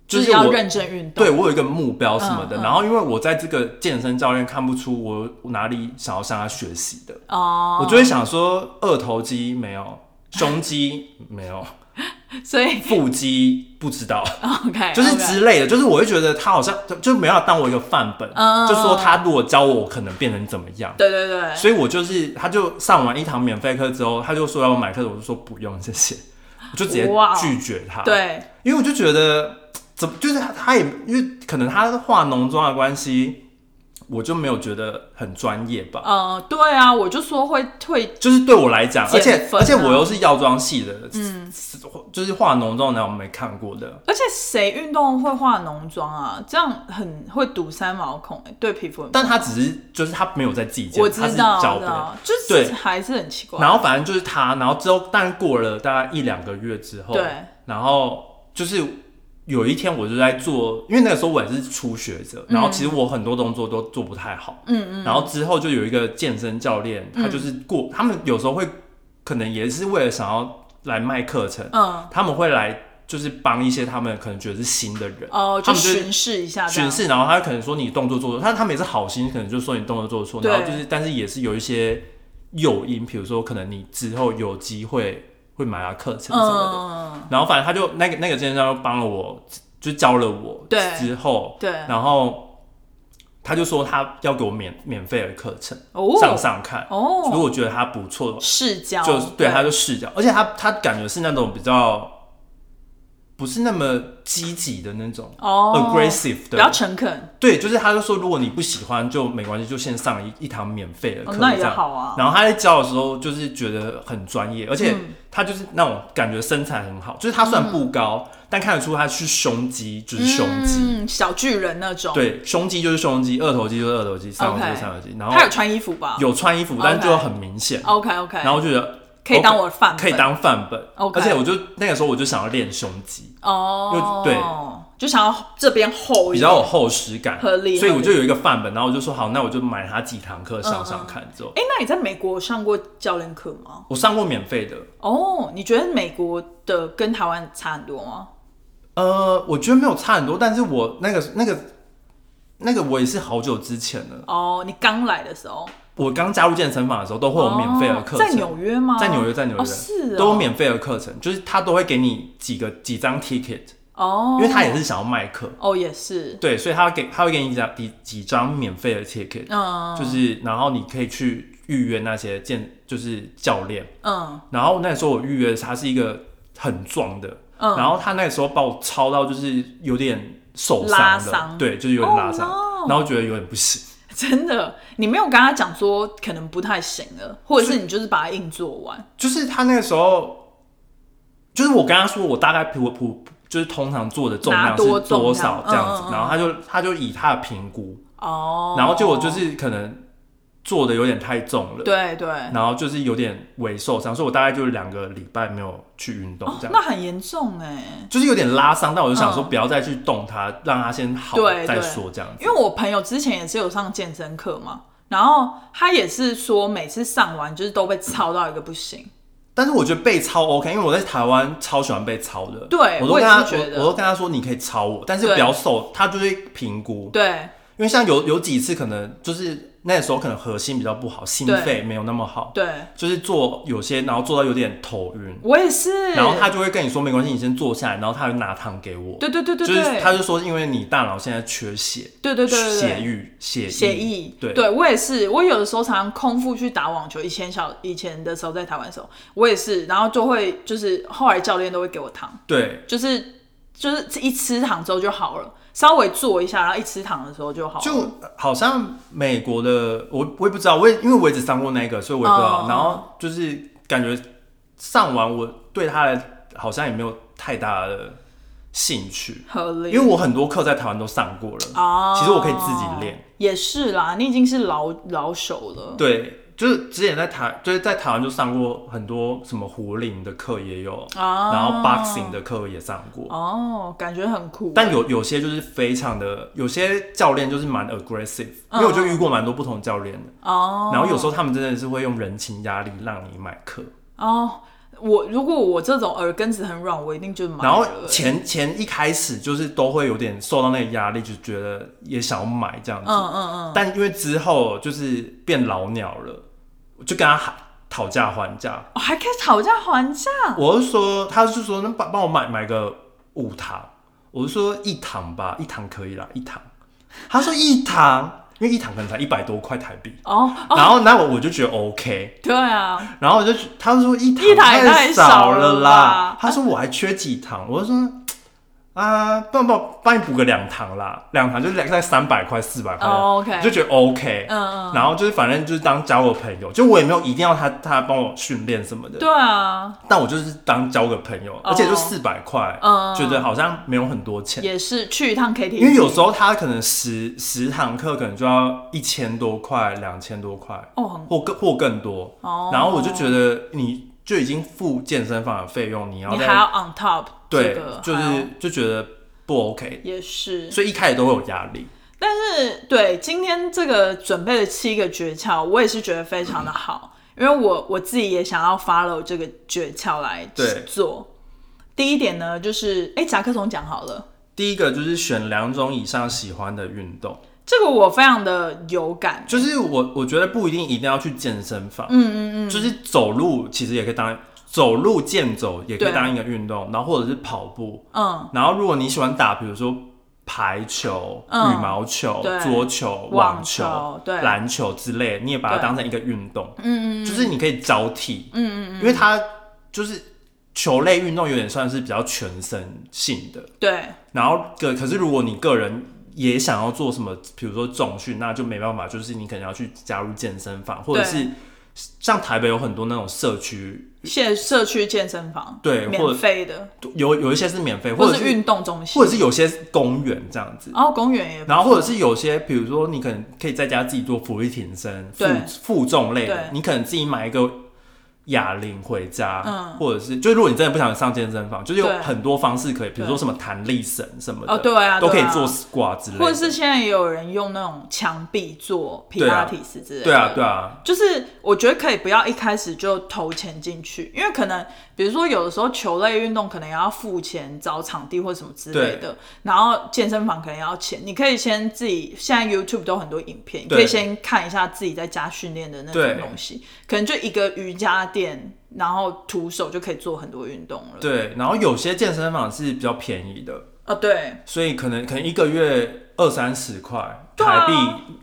Speaker 2: 就
Speaker 1: 就是
Speaker 2: 要
Speaker 1: 我
Speaker 2: 认真运动，
Speaker 1: 对我有一个目标什么的，
Speaker 2: 嗯嗯
Speaker 1: 然后因为我在这个健身教练看不出我哪里想要向他学习的，
Speaker 2: 哦，
Speaker 1: 我就会想说二头肌没有，胸肌没有，
Speaker 2: 所以
Speaker 1: 腹肌不知道，
Speaker 2: OK
Speaker 1: 就是
Speaker 2: OK
Speaker 1: 之类的，就是我会觉得他好像就就没有要当我一个范本，
Speaker 2: 嗯嗯
Speaker 1: 就说他如果教我，我可能变成怎么样。
Speaker 2: 对对对，
Speaker 1: 所以我就是，他就上完一堂免费课之后，他就说要我买课，我就说不用，谢谢，我就直接
Speaker 2: 哇
Speaker 1: 拒绝他。
Speaker 2: 对，
Speaker 1: 因为我就觉得，怎么就是他他也因为可能他化浓妆的关系，我就没有觉得很专业吧。
Speaker 2: 嗯，对啊，我就说会会
Speaker 1: 就是对我来讲，而且、
Speaker 2: 减分啊
Speaker 1: 而且我又是药妆系的，嗯，就是化浓妆的我没看过的，
Speaker 2: 而且谁运动会化浓妆啊？这样很会堵塞毛孔、欸，对皮肤很不好。
Speaker 1: 但他只是就是他没有在自己
Speaker 2: 我
Speaker 1: 健，
Speaker 2: 知
Speaker 1: 他是
Speaker 2: 道，
Speaker 1: 教
Speaker 2: 我知
Speaker 1: 别人。
Speaker 2: 道，就是
Speaker 1: 对
Speaker 2: 还是很奇怪。
Speaker 1: 然后反正就是他，然后之后，但过了大概一两个月之后，
Speaker 2: 对，
Speaker 1: 然后就是有一天我就在做，因为那个时候我也是初学者，
Speaker 2: 嗯
Speaker 1: 然后其实我很多动作都做不太好，嗯嗯，然后之后就有一个健身教练，他就是过，他们有时候会可能也是为了想要来卖课程，
Speaker 2: 嗯，
Speaker 1: 他们会来就是帮一些他们可能觉得是新的人，
Speaker 2: 哦、
Speaker 1: 他
Speaker 2: 就
Speaker 1: 们就是
Speaker 2: 巡视一下，
Speaker 1: 巡，视，然后他可能说你动作做错，但他们也是好心，可能就说你动作做错，
Speaker 2: 对
Speaker 1: 然后就是，但是也是有一些诱因，比如说可能你之后有机会会买他课程什么的，
Speaker 2: 嗯，
Speaker 1: 然后反正他就那个那个健身教练帮了我，就教了我，
Speaker 2: 对
Speaker 1: 之后，
Speaker 2: 嗯对，
Speaker 1: 然后他就说他要给我免免费的课程、
Speaker 2: 哦
Speaker 1: 上上看，
Speaker 2: 哦
Speaker 1: 如果觉得他不错的话，
Speaker 2: 视角，
Speaker 1: 就是对他就试掉，而且他他感觉是那种比较。不是那么积极的那种、
Speaker 2: 哦
Speaker 1: aggressive
Speaker 2: 比
Speaker 1: 的，
Speaker 2: 较诚恳，
Speaker 1: 对，就是他就说，如果你不喜欢就没关系，就先上一一堂免费的课、
Speaker 2: 哦那也
Speaker 1: 这样
Speaker 2: 好啊
Speaker 1: 然后他在教的时候，就是觉得很专业，而且
Speaker 2: 嗯
Speaker 1: 他就是那种感觉身材很好，就是他虽然不高，但看得出他是胸肌，就是胸肌。
Speaker 2: 嗯，小巨人那种。，
Speaker 1: 对，胸肌就是胸肌，二头肌就是二头肌，三头肌就是
Speaker 2: OK
Speaker 1: 三头肌。然后
Speaker 2: 他有穿衣服吧
Speaker 1: 有穿衣服，但就很明显。
Speaker 2: ？OK OK，
Speaker 1: 然后我就觉得哦
Speaker 2: 可以当我的范本，
Speaker 1: 可以当范本。
Speaker 2: OK
Speaker 1: 而且我就那个时候我就想要练胸肌，又
Speaker 2: 哦，
Speaker 1: 对，
Speaker 2: 就想要这边厚一
Speaker 1: 比
Speaker 2: 点
Speaker 1: 较有。厚实感，
Speaker 2: 合理
Speaker 1: 所以
Speaker 2: 合
Speaker 1: 我
Speaker 2: 理
Speaker 1: 就有一个范本，然后我就说好，那我就买它几堂课上上看。之后
Speaker 2: 哎、那你在美国上过教练课吗？
Speaker 1: 我上过免费的，
Speaker 2: 哦，你觉得美国的跟台湾差很多吗？
Speaker 1: 呃，我觉得没有差很多，但是我那个那个那个我也是好久之前了，
Speaker 2: 哦，你刚来的时候
Speaker 1: 我刚加入健身房的时候都会有免费的课程，
Speaker 2: 哦在纽约吗？
Speaker 1: 在纽约，在纽约、
Speaker 2: 哦是哦
Speaker 1: 都有免费的课程，就是他都会给你几个几张 ticket，
Speaker 2: 哦，
Speaker 1: 因为他也是想要卖课，
Speaker 2: 哦，也是，
Speaker 1: 对，所以他会给他会给你讲几几张免费的 ticket，、
Speaker 2: 嗯，
Speaker 1: 就是然后你可以去预约那些健就是教练，
Speaker 2: 嗯，
Speaker 1: 然后那时候我预约的他是一个很壮的，
Speaker 2: 嗯
Speaker 1: 然后他那时候把我操到就是有点受
Speaker 2: 拉
Speaker 1: 伤了，
Speaker 2: 伤
Speaker 1: 对，就是有点拉伤
Speaker 2: Oh no
Speaker 1: 然后觉得有点不行。
Speaker 2: 真的，你没有跟他讲说可能不太行了，或者是你就是把它硬做完，
Speaker 1: 就是他那个时候，就是我跟他说我大概普普就是通常做的重
Speaker 2: 拿
Speaker 1: 量是
Speaker 2: 多重
Speaker 1: 多
Speaker 2: 这
Speaker 1: 少
Speaker 2: 样
Speaker 1: 这样子
Speaker 2: 嗯嗯，嗯
Speaker 1: 然后他就他就以他的评估，
Speaker 2: 哦，
Speaker 1: 然后结果就是可能做的有点太重了，
Speaker 2: 对对，
Speaker 1: 然后就是有点微受伤，所以我大概就两个礼拜没有去运动
Speaker 2: 哦
Speaker 1: 这，样。
Speaker 2: 那很严重哎。
Speaker 1: 就是有点拉伤，但我就想说
Speaker 2: 嗯
Speaker 1: 不要再去动它，让它先好
Speaker 2: 对
Speaker 1: 再
Speaker 2: 对
Speaker 1: 说这样子
Speaker 2: 因。为我朋友之前也是有上健身课嘛，然后他也是说每次上完就是都被操到一个不行。
Speaker 1: 但是我觉得被操 OK，因为我在台湾超喜欢被操的。
Speaker 2: 对
Speaker 1: 我都
Speaker 2: 我也
Speaker 1: 跟他
Speaker 2: 是觉得
Speaker 1: 我都跟他说你可以操我，但是
Speaker 2: 对
Speaker 1: 不要瘦，他就会评估。
Speaker 2: 对，
Speaker 1: 因为像有有几次可能就是那时候可能核心比较不好，心肺没有那么好，
Speaker 2: 对
Speaker 1: 就是做有些然后做到有点头晕，
Speaker 2: 我也是。
Speaker 1: 然后他就会跟你说没关系，你先坐下来，然后他就拿糖给我，
Speaker 2: 对对对对
Speaker 1: 就
Speaker 2: 对，
Speaker 1: 是他就说因为你大脑现在缺血，
Speaker 2: 对对对对
Speaker 1: 血
Speaker 2: 对。
Speaker 1: 瘀血
Speaker 2: 协议，
Speaker 1: 对
Speaker 2: 我也是，我有的时候常常空腹去打网球。以前小以前的时候在台湾的时候，我也是，然后就会就是后来教练都会给我糖，
Speaker 1: 对，
Speaker 2: 就是就是一吃糖之后就好了，稍微做一下，然后一吃糖的时候就好了。
Speaker 1: 就好像美国的我我也不知道，我也因为我也只上过那个，所以我也不知道。
Speaker 2: 哦
Speaker 1: 然后就是感觉上完我对他的好像也没有太大的兴趣，
Speaker 2: 合理，
Speaker 1: 因为我很多课在台湾都上过了。
Speaker 2: 哦，
Speaker 1: 其实我可以自己练，
Speaker 2: 也是啦，你已经是老老手了。
Speaker 1: 对，就是之前在台就是在台湾就上过很多什么壶铃的课也有，
Speaker 2: 哦
Speaker 1: 然后 boxing 的课也上过。
Speaker 2: 哦，感觉很酷。
Speaker 1: 但有有些就是非常的，有些教练就是蛮 aggressive，、因为
Speaker 2: 嗯
Speaker 1: 我就遇过蛮多不同教练的，
Speaker 2: 哦
Speaker 1: 然后有时候他们真的是会用人情压力让你买课，
Speaker 2: 哦，我如果我这种耳根子很软，我一定就买了。嗯
Speaker 1: 然后前前一开始就是都会有点受到那个压力，就觉得也想要买这样子，
Speaker 2: 嗯嗯嗯，
Speaker 1: 但因为之后就是变老鸟了，我就跟他喊讨价还价，
Speaker 2: 哦还可以讨价还价。
Speaker 1: 我是说，他是说能帮帮我买买个五堂，我是说一堂吧，一堂可以啦，一堂，他说一堂，因为一堂可能才一百多块台币。
Speaker 2: 哦哦，
Speaker 1: 然后那我我就觉得 OK，
Speaker 2: 对啊，
Speaker 1: 然后我就觉他说一堂
Speaker 2: 一堂也太
Speaker 1: 少
Speaker 2: 少了
Speaker 1: 啦
Speaker 2: 吧，
Speaker 1: 他说我还缺几堂，我就说啊，帮帮帮你补个两堂啦，两堂就两在三百块四百块
Speaker 2: 哦，OK
Speaker 1: 就觉得 OK，
Speaker 2: 嗯嗯
Speaker 1: 然后就是反正就是当交个朋友，就我也没有一定要他他帮我训练什么的，
Speaker 2: 对啊，
Speaker 1: 但我就是当交个朋友，而且就四百块
Speaker 2: 嗯，
Speaker 1: 觉得好像没有很多钱，
Speaker 2: 也是去一趟 KTV，
Speaker 1: 因为有时候他可能十十堂课可能就要一千多块、两千多块，
Speaker 2: 哦很
Speaker 1: 或更或更多。
Speaker 2: 哦，
Speaker 1: 然后我就觉得你就已经付健身房的费用，你要
Speaker 2: 你还
Speaker 1: 再
Speaker 2: 要 on top 这
Speaker 1: 对
Speaker 2: 个，，
Speaker 1: 就
Speaker 2: 还要
Speaker 1: 是就觉得不 OK，
Speaker 2: 也是。
Speaker 1: 所以一开始都会有压力。
Speaker 2: 但是对今天这个准备的七个诀窍，我也是觉得非常的好，
Speaker 1: 嗯
Speaker 2: 因为我我自己也想要 follow 这个诀窍来
Speaker 1: 对
Speaker 2: 做。第一点呢，就是哎，甲克总讲好了，
Speaker 1: 第一个就是选两种以上喜欢的运动，
Speaker 2: 这个我非常的有感，
Speaker 1: 就是我我觉得不一定一定要去健身房，嗯嗯嗯，就是走路其实也可以当走路健走也可以
Speaker 2: 对
Speaker 1: 当一个运动，然后或者是跑步，
Speaker 2: 嗯，
Speaker 1: 然后如果你喜欢打，比如说排球、
Speaker 2: 嗯
Speaker 1: 羽毛球
Speaker 2: 对、
Speaker 1: 桌球、
Speaker 2: 网
Speaker 1: 网
Speaker 2: 球对
Speaker 1: 篮球之类，你也把它
Speaker 2: 对
Speaker 1: 当成一个运动，嗯嗯，就是你可以交替，嗯嗯，因为它就是球类运动有点算是比较全身性的，
Speaker 2: 对
Speaker 1: 然后个可是如果你个人也想要做什么，比如说重训，那就没办法，就是你可能要去加入健身房，或者是像台北有很多那种社区，
Speaker 2: 现社区健身房，
Speaker 1: 对或
Speaker 2: 免
Speaker 1: 者
Speaker 2: 费的，
Speaker 1: 有有一些是免费，或
Speaker 2: 或
Speaker 1: 者
Speaker 2: 是运动中心，
Speaker 1: 或者是有些是公园这样子。
Speaker 2: 然后公园也不
Speaker 1: 然后，或者是有些，比如说你可能可以在家自己做俯卧撑、挺身、负
Speaker 2: 对
Speaker 1: 负重类
Speaker 2: 对
Speaker 1: 的，你可能自己买一个哑铃回家，
Speaker 2: 嗯
Speaker 1: 或者是就如果你真的不想上健身房，就是有
Speaker 2: 对
Speaker 1: 很多方式可以，比如说
Speaker 2: 对
Speaker 1: 什么弹力绳什么的，
Speaker 2: 哦对啊
Speaker 1: 都可以
Speaker 2: 对啊
Speaker 1: 做 squat 之类的，
Speaker 2: 或者是现在也有人用那种墙壁做皮
Speaker 1: 对
Speaker 2: 拉
Speaker 1: 啊
Speaker 2: 提斯之类的，
Speaker 1: 对啊对啊，
Speaker 2: 就是我觉得可以不要一开始就投钱进去，因为可能比如说有的时候球类运动可能也要付钱找场地或什么之类的，然后健身房可能也要钱。你可以先自己现在 YouTube 都有很多影片，你
Speaker 1: 对
Speaker 2: 可以先看一下自己在家训练的那
Speaker 1: 对
Speaker 2: 种东西，可能就一个瑜伽垫，然后徒手就可以做很多运动了。，
Speaker 1: 对。然后有些健身房是比较便宜的，
Speaker 2: 哦对，
Speaker 1: 所以可能可能一个月二三十块
Speaker 2: 对啊
Speaker 1: 台币，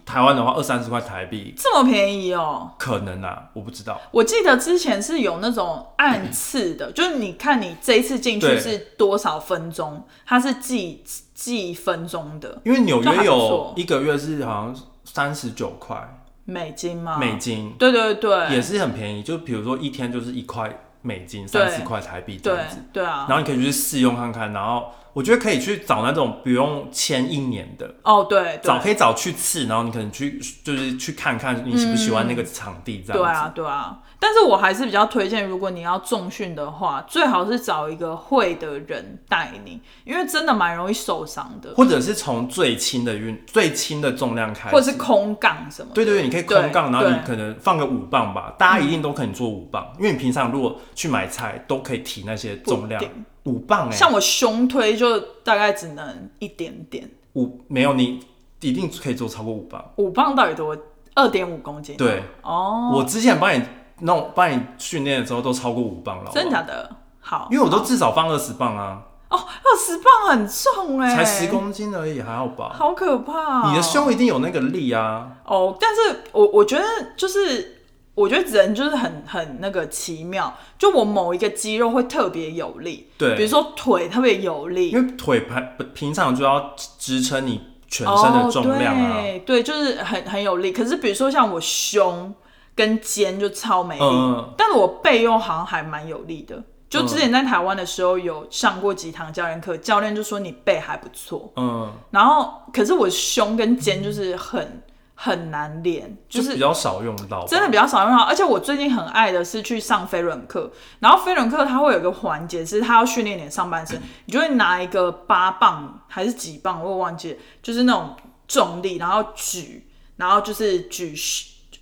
Speaker 1: 台湾的话二三十块台币，
Speaker 2: 这么便宜哦。
Speaker 1: 可能啊，我不知道。
Speaker 2: 我记得之前是有那种按 次的，就是你看你这一次进去
Speaker 1: 对
Speaker 2: 是多少分钟，它是计计分钟的
Speaker 1: 因为纽
Speaker 2: 这还
Speaker 1: 约
Speaker 2: 不
Speaker 1: 有
Speaker 2: 错
Speaker 1: 一个月是好像三十九块
Speaker 2: 美金吗？
Speaker 1: 美，金，
Speaker 2: 对对啊对，
Speaker 1: 也是很便宜。就比如说一天就是一块美金，
Speaker 2: 对
Speaker 1: 三四块台币这
Speaker 2: 对
Speaker 1: 样子。
Speaker 2: 对啊
Speaker 1: 然。后你可以去试用看看，然后我觉得可以去找那种不用签一年的，
Speaker 2: 哦，对
Speaker 1: 找
Speaker 2: 对
Speaker 1: 可以找去次，然后你可能去就是去看看你喜不喜欢那个场地这样子。
Speaker 2: 对啊，对啊。但是我还是比较推荐，如果你要重训的话，最好是找一个会的人带你，因为真的蛮容易受伤的，
Speaker 1: 或者是从最轻的运最轻的重量开始，
Speaker 2: 或者是空杠什么的。
Speaker 1: 对对对，你可以空杠，然后你
Speaker 2: 对
Speaker 1: 可能放个五磅吧，大家一定都可以做五磅，因为你平常如果去买菜都可以提那些重量
Speaker 2: 不一定，
Speaker 1: 五磅哎、
Speaker 2: 像我胸推就大概只能一点点，
Speaker 1: 五没
Speaker 2: 嗯
Speaker 1: 有你一定可以做超过五磅。
Speaker 2: 五磅到底多？二点五公斤。
Speaker 1: 对，
Speaker 2: 哦，
Speaker 1: 我之前帮你弄帮你训练的时候都超过五磅了，
Speaker 2: 真的假
Speaker 1: 的？
Speaker 2: 的？好，哦
Speaker 1: 因为我都至少放二十磅啊，
Speaker 2: 二十磅很重哎、
Speaker 1: 才十，公斤而已，还好吧？
Speaker 2: 好可怕、
Speaker 1: 你的胸一定有那个力啊，
Speaker 2: 哦，但是我我觉得就是。我觉得人就是很很那个奇妙，就我某一个肌肉会特别有力，
Speaker 1: 对
Speaker 2: 比如说腿特别有力
Speaker 1: 因，为腿盘平常就要支撑你全身的重量啊。
Speaker 2: 哦、对对，就是很很有力。可是比如说像我胸跟肩就超没力，
Speaker 1: 嗯
Speaker 2: 但是我背又好像还蛮有力的。就之前在台湾的时候有上过几堂教练课，教练就说你背还不错，
Speaker 1: 嗯，
Speaker 2: 然后可是我胸跟肩就是很很难练，就
Speaker 1: 比
Speaker 2: 是
Speaker 1: 较少用到吧，
Speaker 2: 真的比较少用到。而且我最近很爱的是去上飞轮课，然后飞轮课它会有一个环节是它要训练你的上半身，你就会拿一个八磅还是几磅，我也忘记了，就是那种重力，然后举，然后就是举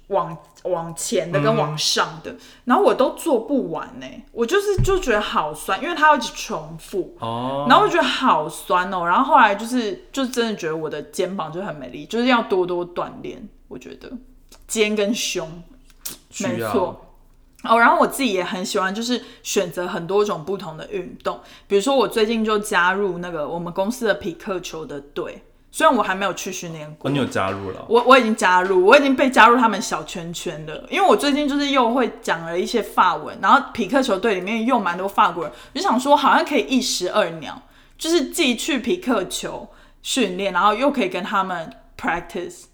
Speaker 2: 往往前的跟往上的，然后我都做不完呢、我就是就觉得好酸，因为它要一直重复。
Speaker 1: 哦。
Speaker 2: 然后我就觉得好酸哦，然后后来就是就真的觉得我的肩膀就很美丽，就是要多多锻炼，我觉得肩跟胸没
Speaker 1: 需要
Speaker 2: 错。哦，然后我自己也很喜欢，就是选择很多种不同的运动，比如说我最近就加入那个我们公司的匹克球的队，虽然我还没有去训练过
Speaker 1: 哦，你，有加入了，
Speaker 2: 我我已经加入，我已经被加入他们小圈圈了，因为我最近就是又会讲了一些法文，然后匹克球队里面又蛮多法国人，我就想说好像可以一石二鸟，就是既去匹克球训练，然后又可以跟他们 practice，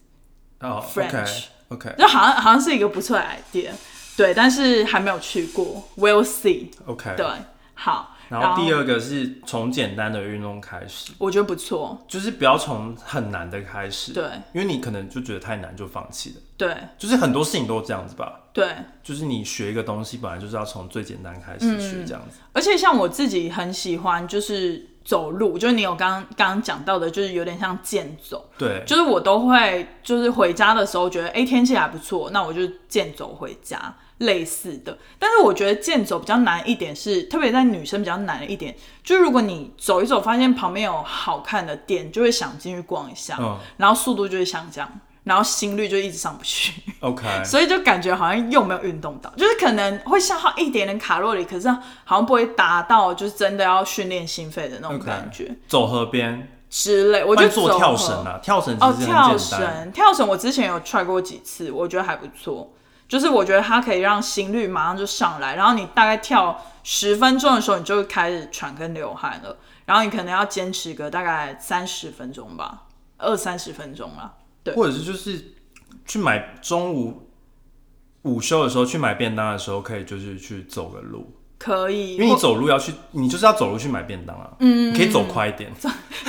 Speaker 1: 哦
Speaker 2: French
Speaker 1: OK
Speaker 2: 就好像好像是一个不错的 idea，对，但是还没有去过，we'll see，
Speaker 1: OK
Speaker 2: 对
Speaker 1: OK。，
Speaker 2: 好，
Speaker 1: 然后第二个是从简单的运动开始，
Speaker 2: 我觉得不错，
Speaker 1: 就是不要从很难的开始，
Speaker 2: 对，
Speaker 1: 因为你可能就觉得太难就放弃了，
Speaker 2: 对
Speaker 1: 就是很多事情都这样子吧，
Speaker 2: 对，
Speaker 1: 就是你学一个东西本来就是要从最简单开始学这样子，
Speaker 2: 而且像我自己很喜欢就是走路，就是你有刚刚刚讲到的，就是有点像健走。
Speaker 1: 对，
Speaker 2: 就是我都会，就是回家的时候觉得，哎、天气还不错，那我就健走回家，类似的。但是我觉得健走比较难一点是，特别在女生比较难一点，就是如果你走一走，发现旁边有好看的店，就会想进去逛一下，
Speaker 1: 嗯
Speaker 2: 然后速度就会下降，然后心率就一直上 不去，
Speaker 1: OK，
Speaker 2: 所以就感觉好像又没有运动到，就是可能会消耗一点点卡路里，可是好像不会达到就是真的要训练心肺的那种
Speaker 1: OK
Speaker 2: 感觉
Speaker 1: 走河边，
Speaker 2: 之类。我
Speaker 1: 我
Speaker 2: 觉得
Speaker 1: 做
Speaker 2: 走
Speaker 1: 跳
Speaker 2: 河
Speaker 1: 绳啊，跳绳
Speaker 2: 哦，
Speaker 1: 其实
Speaker 2: 跳
Speaker 1: 很简单，
Speaker 2: 绳，跳绳我之前有 try 过几次，我觉得还不错。就是我觉得它可以让心率马上就上来，然后你大概跳十分钟的时候，你就会开始喘跟流汗了。然后你可能要坚持个大概三十分钟吧，二三十分钟啦。对，
Speaker 1: 或者是就是去买中午午休的时候去买便当的时候，可以就是去走个路，
Speaker 2: 可以。
Speaker 1: 因为你
Speaker 2: 或
Speaker 1: 走路要去，你就是要走路去买便当啊，嗯，你可以走快一点，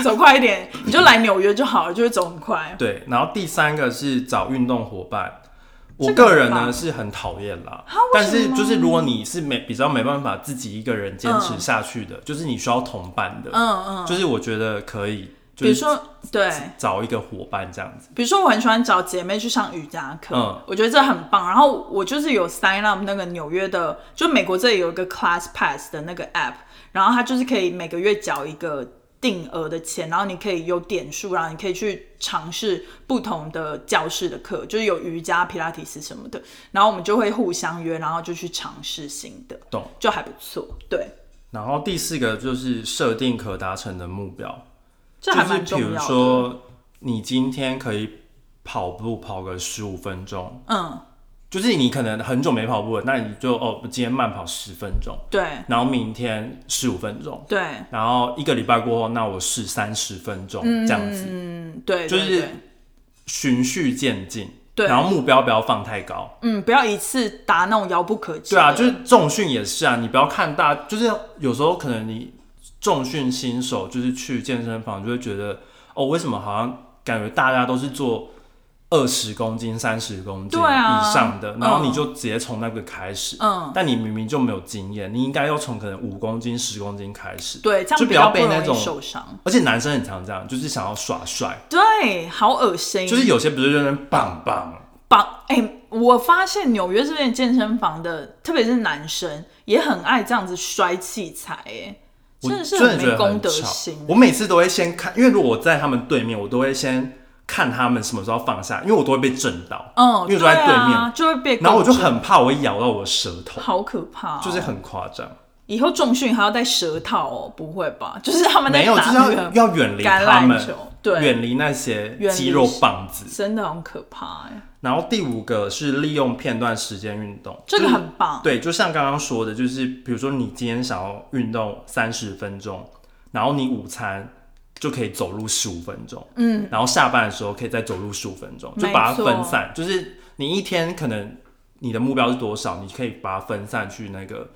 Speaker 2: 走快一点，你就来纽约就好了，就会走很快。
Speaker 1: 对，然后第三个是找运动伙伴。我
Speaker 2: 这个
Speaker 1: 个人
Speaker 2: 很
Speaker 1: 呢
Speaker 2: 棒
Speaker 1: 是很讨厌啦
Speaker 2: 哈，为
Speaker 1: 但
Speaker 2: 什
Speaker 1: 是
Speaker 2: 么
Speaker 1: 就是如果你是没比较没办法自己一个人坚持下去的，就是你需要同伴的，
Speaker 2: 嗯嗯，
Speaker 1: 就是我觉得可以，就
Speaker 2: 比如
Speaker 1: 是
Speaker 2: 说对，
Speaker 1: 找一个伙伴这样子。
Speaker 2: 比如说我很喜欢找姐妹去上瑜伽课，
Speaker 1: 嗯
Speaker 2: 我觉得这很棒。然后我就是有 sign up 那个纽约的，就美国这里有一个 Class Pass 的那个 app，然后它就是可以每个月缴一个定额的钱，然后你可以有点数，然后你可以去尝试不同的教室的课，就是有瑜伽、皮拉提斯什么的。然后我们就会互相约，然后就去尝试新的，
Speaker 1: 懂，
Speaker 2: 就还不错。对，
Speaker 1: 然后第四个就是设定可达成的目标，
Speaker 2: 这还
Speaker 1: 就是
Speaker 2: 蛮重
Speaker 1: 比
Speaker 2: 要的。
Speaker 1: 如说你今天可以跑步跑个十五分钟，
Speaker 2: 嗯，
Speaker 1: 就是你可能很久没跑步了，那你就哦今天慢跑十分钟，
Speaker 2: 对
Speaker 1: 然后明天十五分钟，
Speaker 2: 对，
Speaker 1: 然后一个礼拜过后，那我是三十分钟、这样子，
Speaker 2: 嗯，对，
Speaker 1: 就
Speaker 2: 对
Speaker 1: 是
Speaker 2: 对
Speaker 1: 循序渐进。
Speaker 2: 对
Speaker 1: 然后目标不要放太高。
Speaker 2: 嗯，不要一次打那种遥不可及
Speaker 1: 对
Speaker 2: 的。
Speaker 1: 啊，就是重训也是啊，你不要看大，就是有时候可能你重训新手就是去健身房就会觉得，哦，为什么好像感觉大家都是做二十公斤、三十公斤
Speaker 2: 对啊
Speaker 1: 以上的，
Speaker 2: 嗯
Speaker 1: 然后你就直接从那个开始，
Speaker 2: 嗯，
Speaker 1: 但你明明就没有经验，你应该要从可能五公斤、十公斤开始。
Speaker 2: 对，这
Speaker 1: 就不
Speaker 2: 样比
Speaker 1: 要
Speaker 2: 较不
Speaker 1: 被那
Speaker 2: 容易
Speaker 1: 种
Speaker 2: 受伤。
Speaker 1: 而且男生很常这样，就是想要耍帅，
Speaker 2: 对，好恶心。
Speaker 1: 就是有些不是就在那边棒棒，
Speaker 2: 绑哎、我发现纽约这边的健身房的，特别是男生，也很爱这样子摔器材、哎，
Speaker 1: 我
Speaker 2: 真的是
Speaker 1: 真的觉
Speaker 2: 没
Speaker 1: 得
Speaker 2: 公
Speaker 1: 很
Speaker 2: 德
Speaker 1: 吵
Speaker 2: 心。
Speaker 1: 我每次都会先看，因为如果我在他们对面，我都会先看他们什么时候放下，因为我都会被震到，
Speaker 2: 嗯，
Speaker 1: 因为
Speaker 2: 对
Speaker 1: 我在对面，
Speaker 2: 啊，就会被，
Speaker 1: 然后我就很怕我会咬到我舌头，
Speaker 2: 好可怕、哦，
Speaker 1: 就是很夸张。
Speaker 2: 以后重训还要戴舌套哦，不会吧？就是他们在
Speaker 1: 没有，
Speaker 2: 打
Speaker 1: 就是
Speaker 2: 那
Speaker 1: 要
Speaker 2: 个
Speaker 1: 要远离
Speaker 2: 橄
Speaker 1: 他
Speaker 2: 榄
Speaker 1: 们
Speaker 2: 球，，对，
Speaker 1: 远离那些
Speaker 2: 远离
Speaker 1: 肌肉棒子。
Speaker 2: 真的很可怕、哎，
Speaker 1: 然后第五个是利用片段时间运动，
Speaker 2: 这个
Speaker 1: 就是
Speaker 2: 很棒。
Speaker 1: 对，就像刚刚说的，就是比如说你今天想要运动三十分钟，然后你午餐就可以走路十五分钟，嗯，然后下班的时候可以再走路十五分钟，就
Speaker 2: 没
Speaker 1: 把它
Speaker 2: 错
Speaker 1: 分散。就是你一天可能你的目标是多少，你可以把它分散去那个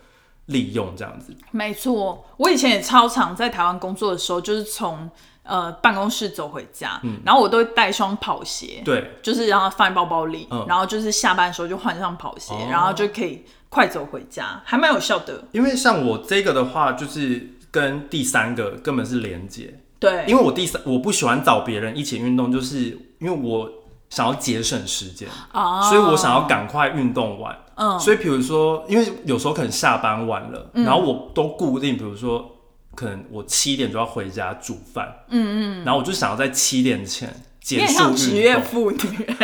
Speaker 1: 利用这样子。
Speaker 2: 没错，我以前也超常在台湾工作的时候，就是从呃办公室走回家，然后我都会带一双跑鞋，
Speaker 1: 嗯对，
Speaker 2: 就是让它放在包包里，
Speaker 1: 嗯
Speaker 2: 然后就是下班的时候就换上跑鞋，
Speaker 1: 哦
Speaker 2: 然后就可以快走回家，还蛮有效的。
Speaker 1: 因为像我这个的话，就是跟第三个根本是连接，
Speaker 2: 对，
Speaker 1: 因为我第三我不喜欢找别人一起运动，就是因为我想要节省时间。
Speaker 2: 啊，
Speaker 1: 所以我想要赶快运动完。
Speaker 2: 嗯
Speaker 1: 所以比如说，因为有时候可能下班晚了，然后我都固定，比如说可能我七点就要回家煮饭，嗯嗯，然后我就想要在七点前
Speaker 2: 你
Speaker 1: 结
Speaker 2: 很
Speaker 1: 束
Speaker 2: 像职
Speaker 1: 运
Speaker 2: 业
Speaker 1: 动。
Speaker 2: 妇女、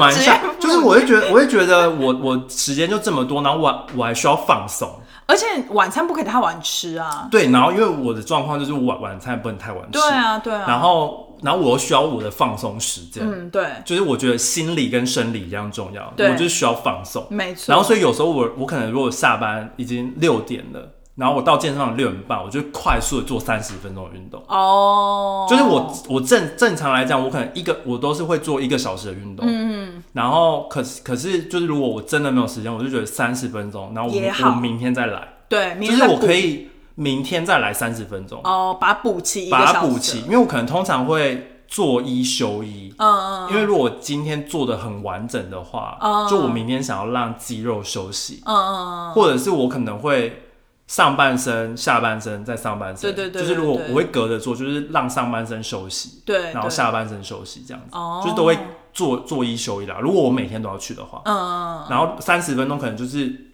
Speaker 1: 蛮像
Speaker 2: 职业，妇
Speaker 1: 就是我会觉得，我会觉得我我时间就这么多，然后我我还需要放 松，
Speaker 2: 而且晚餐不可以太晚吃啊。
Speaker 1: 对，然后因为我的状况就是我晚晚餐不能太晚吃，
Speaker 2: 对啊，对啊，
Speaker 1: 然后然后我又需要我的放松时间，
Speaker 2: 嗯，对，
Speaker 1: 就是我觉得心理跟生理一样重要，
Speaker 2: 对
Speaker 1: 我就是需要放松，
Speaker 2: 没错。
Speaker 1: 然后所以有时候我我可能如果下班已经六点了，然后我到健身房六点半，我就快速的做三十分钟的运动。
Speaker 2: 哦，
Speaker 1: 就是我我正正常来讲，我可能一个我都是会做一个小时的运动，嗯，然后可是可是就是如果我真的没有时间，我就觉得三十分钟，然后我
Speaker 2: 也
Speaker 1: 明
Speaker 2: 好
Speaker 1: 我明天再来，
Speaker 2: 对，明
Speaker 1: 就
Speaker 2: 天
Speaker 1: 是
Speaker 2: 再
Speaker 1: 我
Speaker 2: 补
Speaker 1: 可以明天再来三十分钟，
Speaker 2: 哦，把它补齐一个
Speaker 1: 把
Speaker 2: 小时，
Speaker 1: 它补齐，因为我可能通常会做一休一，
Speaker 2: 嗯，嗯
Speaker 1: 因为如果我今天做的很完整的话，就我明天想要让肌肉休息，
Speaker 2: 嗯嗯嗯，
Speaker 1: 或者是我可能会上半身、下半身再上半身，
Speaker 2: 对对对
Speaker 1: 就是如果
Speaker 2: 对对
Speaker 1: 我会隔着做，就是让上半身休息，
Speaker 2: 对，
Speaker 1: 然后
Speaker 2: 对
Speaker 1: 下半身休息这样子，
Speaker 2: 哦，
Speaker 1: 就是都会做做一休一啦。如果我每天都要去的话，
Speaker 2: 嗯，
Speaker 1: 然后三十分钟可能就是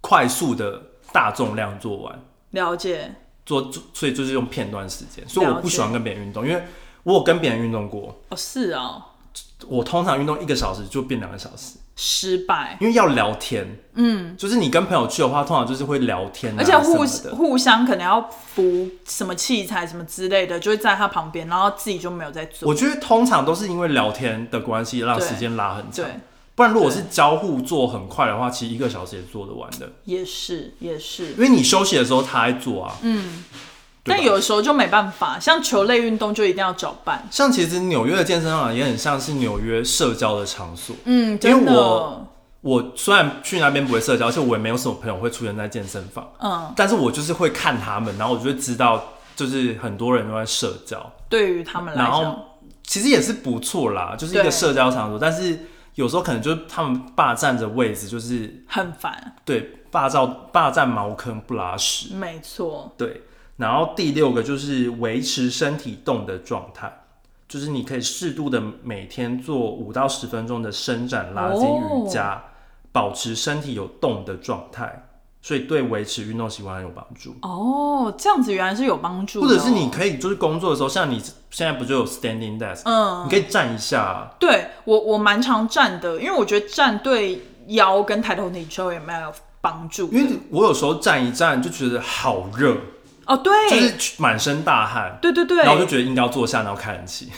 Speaker 1: 快速的大重量做完，
Speaker 2: 了解，
Speaker 1: 做做所以就是用片段时间，所以我
Speaker 2: 了
Speaker 1: 不
Speaker 2: 解
Speaker 1: 喜欢跟别人运动，因为我有跟别人运动过，
Speaker 2: 哦是哦，
Speaker 1: 我通常运动一个小时就变两个小时，
Speaker 2: 失败，
Speaker 1: 因为要聊天。嗯，就是你跟朋友去的话，通常就是会聊天、啊，
Speaker 2: 而且互
Speaker 1: 什么的
Speaker 2: 互相可能要扶什么器材什么之类的，就会在他旁边，然后自己就没有在做，
Speaker 1: 我觉得通常都是因为聊天的关系，让时间拉很长。
Speaker 2: 对，
Speaker 1: 不然如果是交互做很快的话，其实一个小时也做得完的。
Speaker 2: 也是也是
Speaker 1: 因。为你休息的时候他在做啊。嗯。对
Speaker 2: 但
Speaker 1: 吧
Speaker 2: 有时候就没办法，像球类运动就一定要找伴。
Speaker 1: 像其实纽约的健身房也很像是纽约社交的场所。
Speaker 2: 嗯，
Speaker 1: 因为
Speaker 2: 真的
Speaker 1: 我我虽然去那边不会社交，而且我也没有什么朋友会出现在健身房，
Speaker 2: 嗯，
Speaker 1: 但是我就是会看他们，然后我就会知道，就是很多人都在社交。
Speaker 2: 对于他们来
Speaker 1: 然
Speaker 2: 讲，
Speaker 1: 后其实也是不错啦，就是一个
Speaker 2: 对
Speaker 1: 社交场所，但是有时候可能就是他们霸占着位置，就是
Speaker 2: 很烦，
Speaker 1: 对霸占霸占茅坑不拉屎。
Speaker 2: 没错，
Speaker 1: 对，然后第六个就是维持身体动的状态，就是你可以适度的每天做五到十分钟的伸展、拉筋、
Speaker 2: 哦
Speaker 1: 瑜伽，保持身体有动的状态，所以对维持运动习惯很有帮助。
Speaker 2: 哦，这样子原来是有帮助的
Speaker 1: 或
Speaker 2: 哦，
Speaker 1: 者是你可以就是工作的时候，像你现在不就有 standing desk，、
Speaker 2: 嗯
Speaker 1: 你，可以站一下，
Speaker 2: 对我我蛮常站的，因为我觉得站对腰跟抬头挺胸也蛮有帮助的。
Speaker 1: 因为我有时候站一站就觉得好热，
Speaker 2: 哦，对，
Speaker 1: 就是满身大汗，
Speaker 2: 对对对，
Speaker 1: 然后我就觉得应该要坐下，然后开冷气。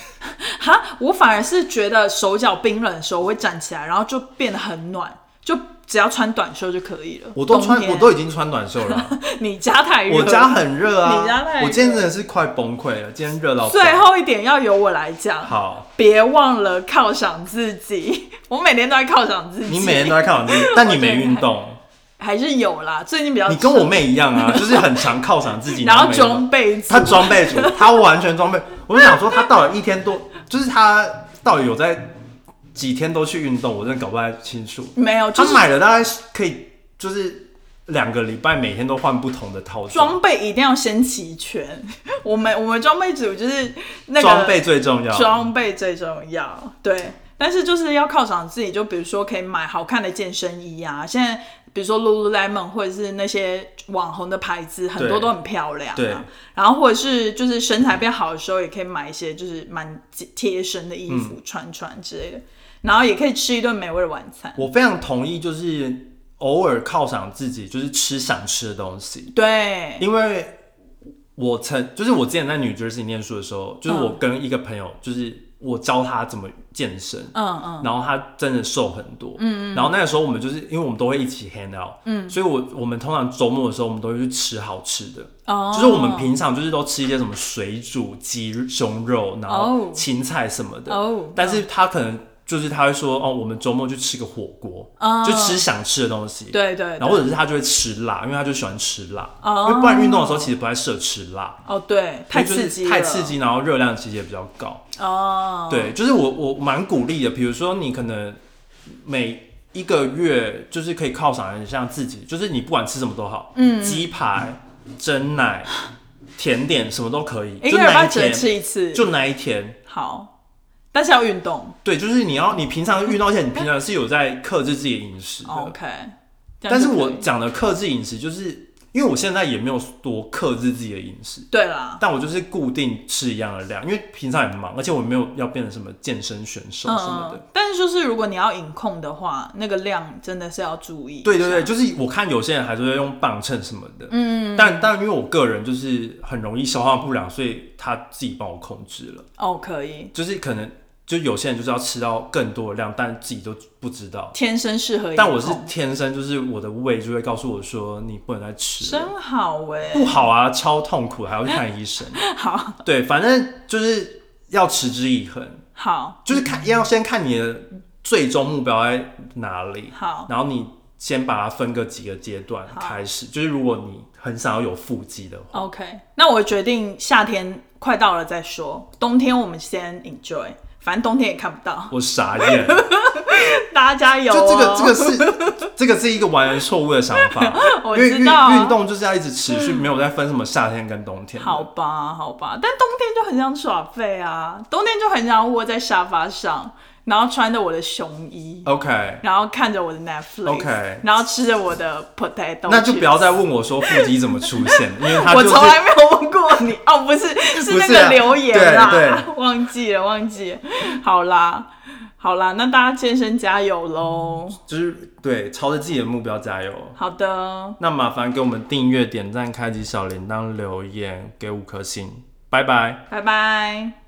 Speaker 2: 哈，我反而是觉得手脚冰冷的时候我会站起来，然后就变得很暖，就只要穿短袖就可以了。
Speaker 1: 我都穿
Speaker 2: 冬，天
Speaker 1: 我都已经穿短袖了。 啊
Speaker 2: 你家太热，
Speaker 1: 我家很热啊，
Speaker 2: 你家太热
Speaker 1: 我今天真的是快崩溃了，今天热到爆
Speaker 2: 最后一点要由我来讲，
Speaker 1: 好，
Speaker 2: 别忘了犒赏自己。 我每天都在犒赏自己，
Speaker 1: 你每天都在看 我自己，但你没运动，
Speaker 2: 还是有啦，最近比较
Speaker 1: 你跟我
Speaker 2: 瘦，
Speaker 1: 妹一样啊，就是很常犒赏自己，
Speaker 2: 然后
Speaker 1: 没运动
Speaker 2: 装备足
Speaker 1: 她装备 组，她完全装备，我就想说她到底一天多，就是她到底有在几天都去运动，我真的搞不太清楚。
Speaker 2: 没有，就
Speaker 1: 她
Speaker 2: 是
Speaker 1: 买了大概可以就是两个礼拜，每天都换不同的套装，
Speaker 2: 装备一定要先齐全。 我们我们装备组就是那个
Speaker 1: 装备最重要。
Speaker 2: 装备最重要，对。但是就是要犒赏自己，就比如说可以买好看的健身衣啊，现在比如说 Lululemon 或者是那些网红的牌子，很多
Speaker 1: 对
Speaker 2: 都很漂亮、啊。
Speaker 1: 对
Speaker 2: 然后或者是就是身材变好的时候，也可以买一些就是蛮贴身的衣服
Speaker 1: 嗯
Speaker 2: 穿穿之类的，然后也可以吃一顿美味的晚餐。
Speaker 1: 我非常同意，就是偶尔犒赏自己，就是吃想吃的东西。
Speaker 2: 对，
Speaker 1: 因为我曾就是我之前在 New Jersey 念书的时候，
Speaker 2: 嗯
Speaker 1: 就是我跟一个朋友，就是我教他怎么健身，
Speaker 2: 嗯嗯，
Speaker 1: 然后他真的瘦很多，嗯嗯，然后那个时候我们就是因为我们都会一起 hang out，嗯，所以我我们通常周末的时候，我们都会去吃好吃的，
Speaker 2: 哦，
Speaker 1: 就是我们平常就是都吃一些什么水煮鸡胸肉，然
Speaker 2: 哦
Speaker 1: 后青菜什么的，
Speaker 2: 哦
Speaker 1: 但是他可能就是他会说哦，我们周末去吃个火锅，
Speaker 2: 哦
Speaker 1: 就吃想吃的东西，
Speaker 2: 对对
Speaker 1: 然
Speaker 2: 对，
Speaker 1: 后或者是他就会吃辣，因为他就喜欢吃辣，
Speaker 2: 哦
Speaker 1: 因为不然运动的时候其实不太适合吃辣，
Speaker 2: 哦对，太
Speaker 1: 因为就是
Speaker 2: 刺激了，
Speaker 1: 太刺激，然后热量其实也比较高。
Speaker 2: 哦，
Speaker 1: 对，就是我我蛮鼓励的，比如说你可能每一个月就是可以犒赏一下自己，就是你不管吃什么都好，嗯，鸡排、蒸奶、甜点什么都可以，
Speaker 2: 一
Speaker 1: 就
Speaker 2: 个礼
Speaker 1: 那
Speaker 2: 拜
Speaker 1: 一
Speaker 2: 只能
Speaker 1: 天，
Speaker 2: 吃一次，
Speaker 1: 就那一天。
Speaker 2: 好，但是要运动。
Speaker 1: 对，就是你要你平常运动，而且你平常是有在克制自己的饮食的。
Speaker 2: 哦 OK，这样
Speaker 1: 但是
Speaker 2: 就可
Speaker 1: 我
Speaker 2: 以
Speaker 1: 讲的克制饮食，就是因为我现在也没有多克制自己的饮食，
Speaker 2: 对啦，
Speaker 1: 但我就是固定吃一样的量，因为平常也忙，而且我没有要变成什么健身选手什么的。
Speaker 2: 嗯，但是就是如果你要饮控的话，那个量真的是要注意。
Speaker 1: 对对对，，就是我看有些人还是会用磅秤什么的，嗯，但但因为我个人就是很容易消化不良，所以他自己帮我控制了，
Speaker 2: 哦，可以，
Speaker 1: 就是可能就有些人就是要吃到更多的量，但自己都不知道。
Speaker 2: 天生适合饮控。
Speaker 1: 但我是天生就是我的胃就会告诉我说你不能再吃了，
Speaker 2: 真好哎、
Speaker 1: 不好啊，超痛苦，还要去看医生。
Speaker 2: 好
Speaker 1: 对，反正就是要持之以恒，
Speaker 2: 好
Speaker 1: 就是看要先看你的最终目标在哪里，
Speaker 2: 好，
Speaker 1: 然后你先把它分个几个阶段
Speaker 2: 好
Speaker 1: 开始。就是如果你很想要有腹肌的话，
Speaker 2: OK，那我决定夏天快到了再说，冬天我们先 enjoy，反正冬天也看不到，
Speaker 1: 我傻眼，
Speaker 2: 啊大家加油、
Speaker 1: 就
Speaker 2: 哦！
Speaker 1: 这个这个是这个是一个完全错误的想法，
Speaker 2: 我
Speaker 1: 因为
Speaker 2: 知
Speaker 1: 运
Speaker 2: 道啊
Speaker 1: 运动就是要一直持续，没有在分什么夏天跟冬天的。
Speaker 2: 好吧，好吧，但冬天就很想耍废啊，冬天就很想窝在沙发上，然后穿着我的熊衣，
Speaker 1: ，OK，
Speaker 2: 然后看着我的 Netflix，、
Speaker 1: OK
Speaker 2: 然后吃着我的 potato，
Speaker 1: 那就
Speaker 2: chips
Speaker 1: 不要再问我说腹肌怎么出现，因为它
Speaker 2: 我
Speaker 1: 就是
Speaker 2: 从来没有问过你哦，不是，是
Speaker 1: 不
Speaker 2: 那
Speaker 1: 是
Speaker 2: 个
Speaker 1: 啊
Speaker 2: 留言啦，
Speaker 1: 对
Speaker 2: 忘记了，忘记了。好啦，好啦，那大家健身加油喽！
Speaker 1: 就是对，朝着自己的目标加油。
Speaker 2: 好的，
Speaker 1: 那麻烦给我们订阅、点赞、开启小铃铛、留言，给五颗星，拜拜。
Speaker 2: 拜拜。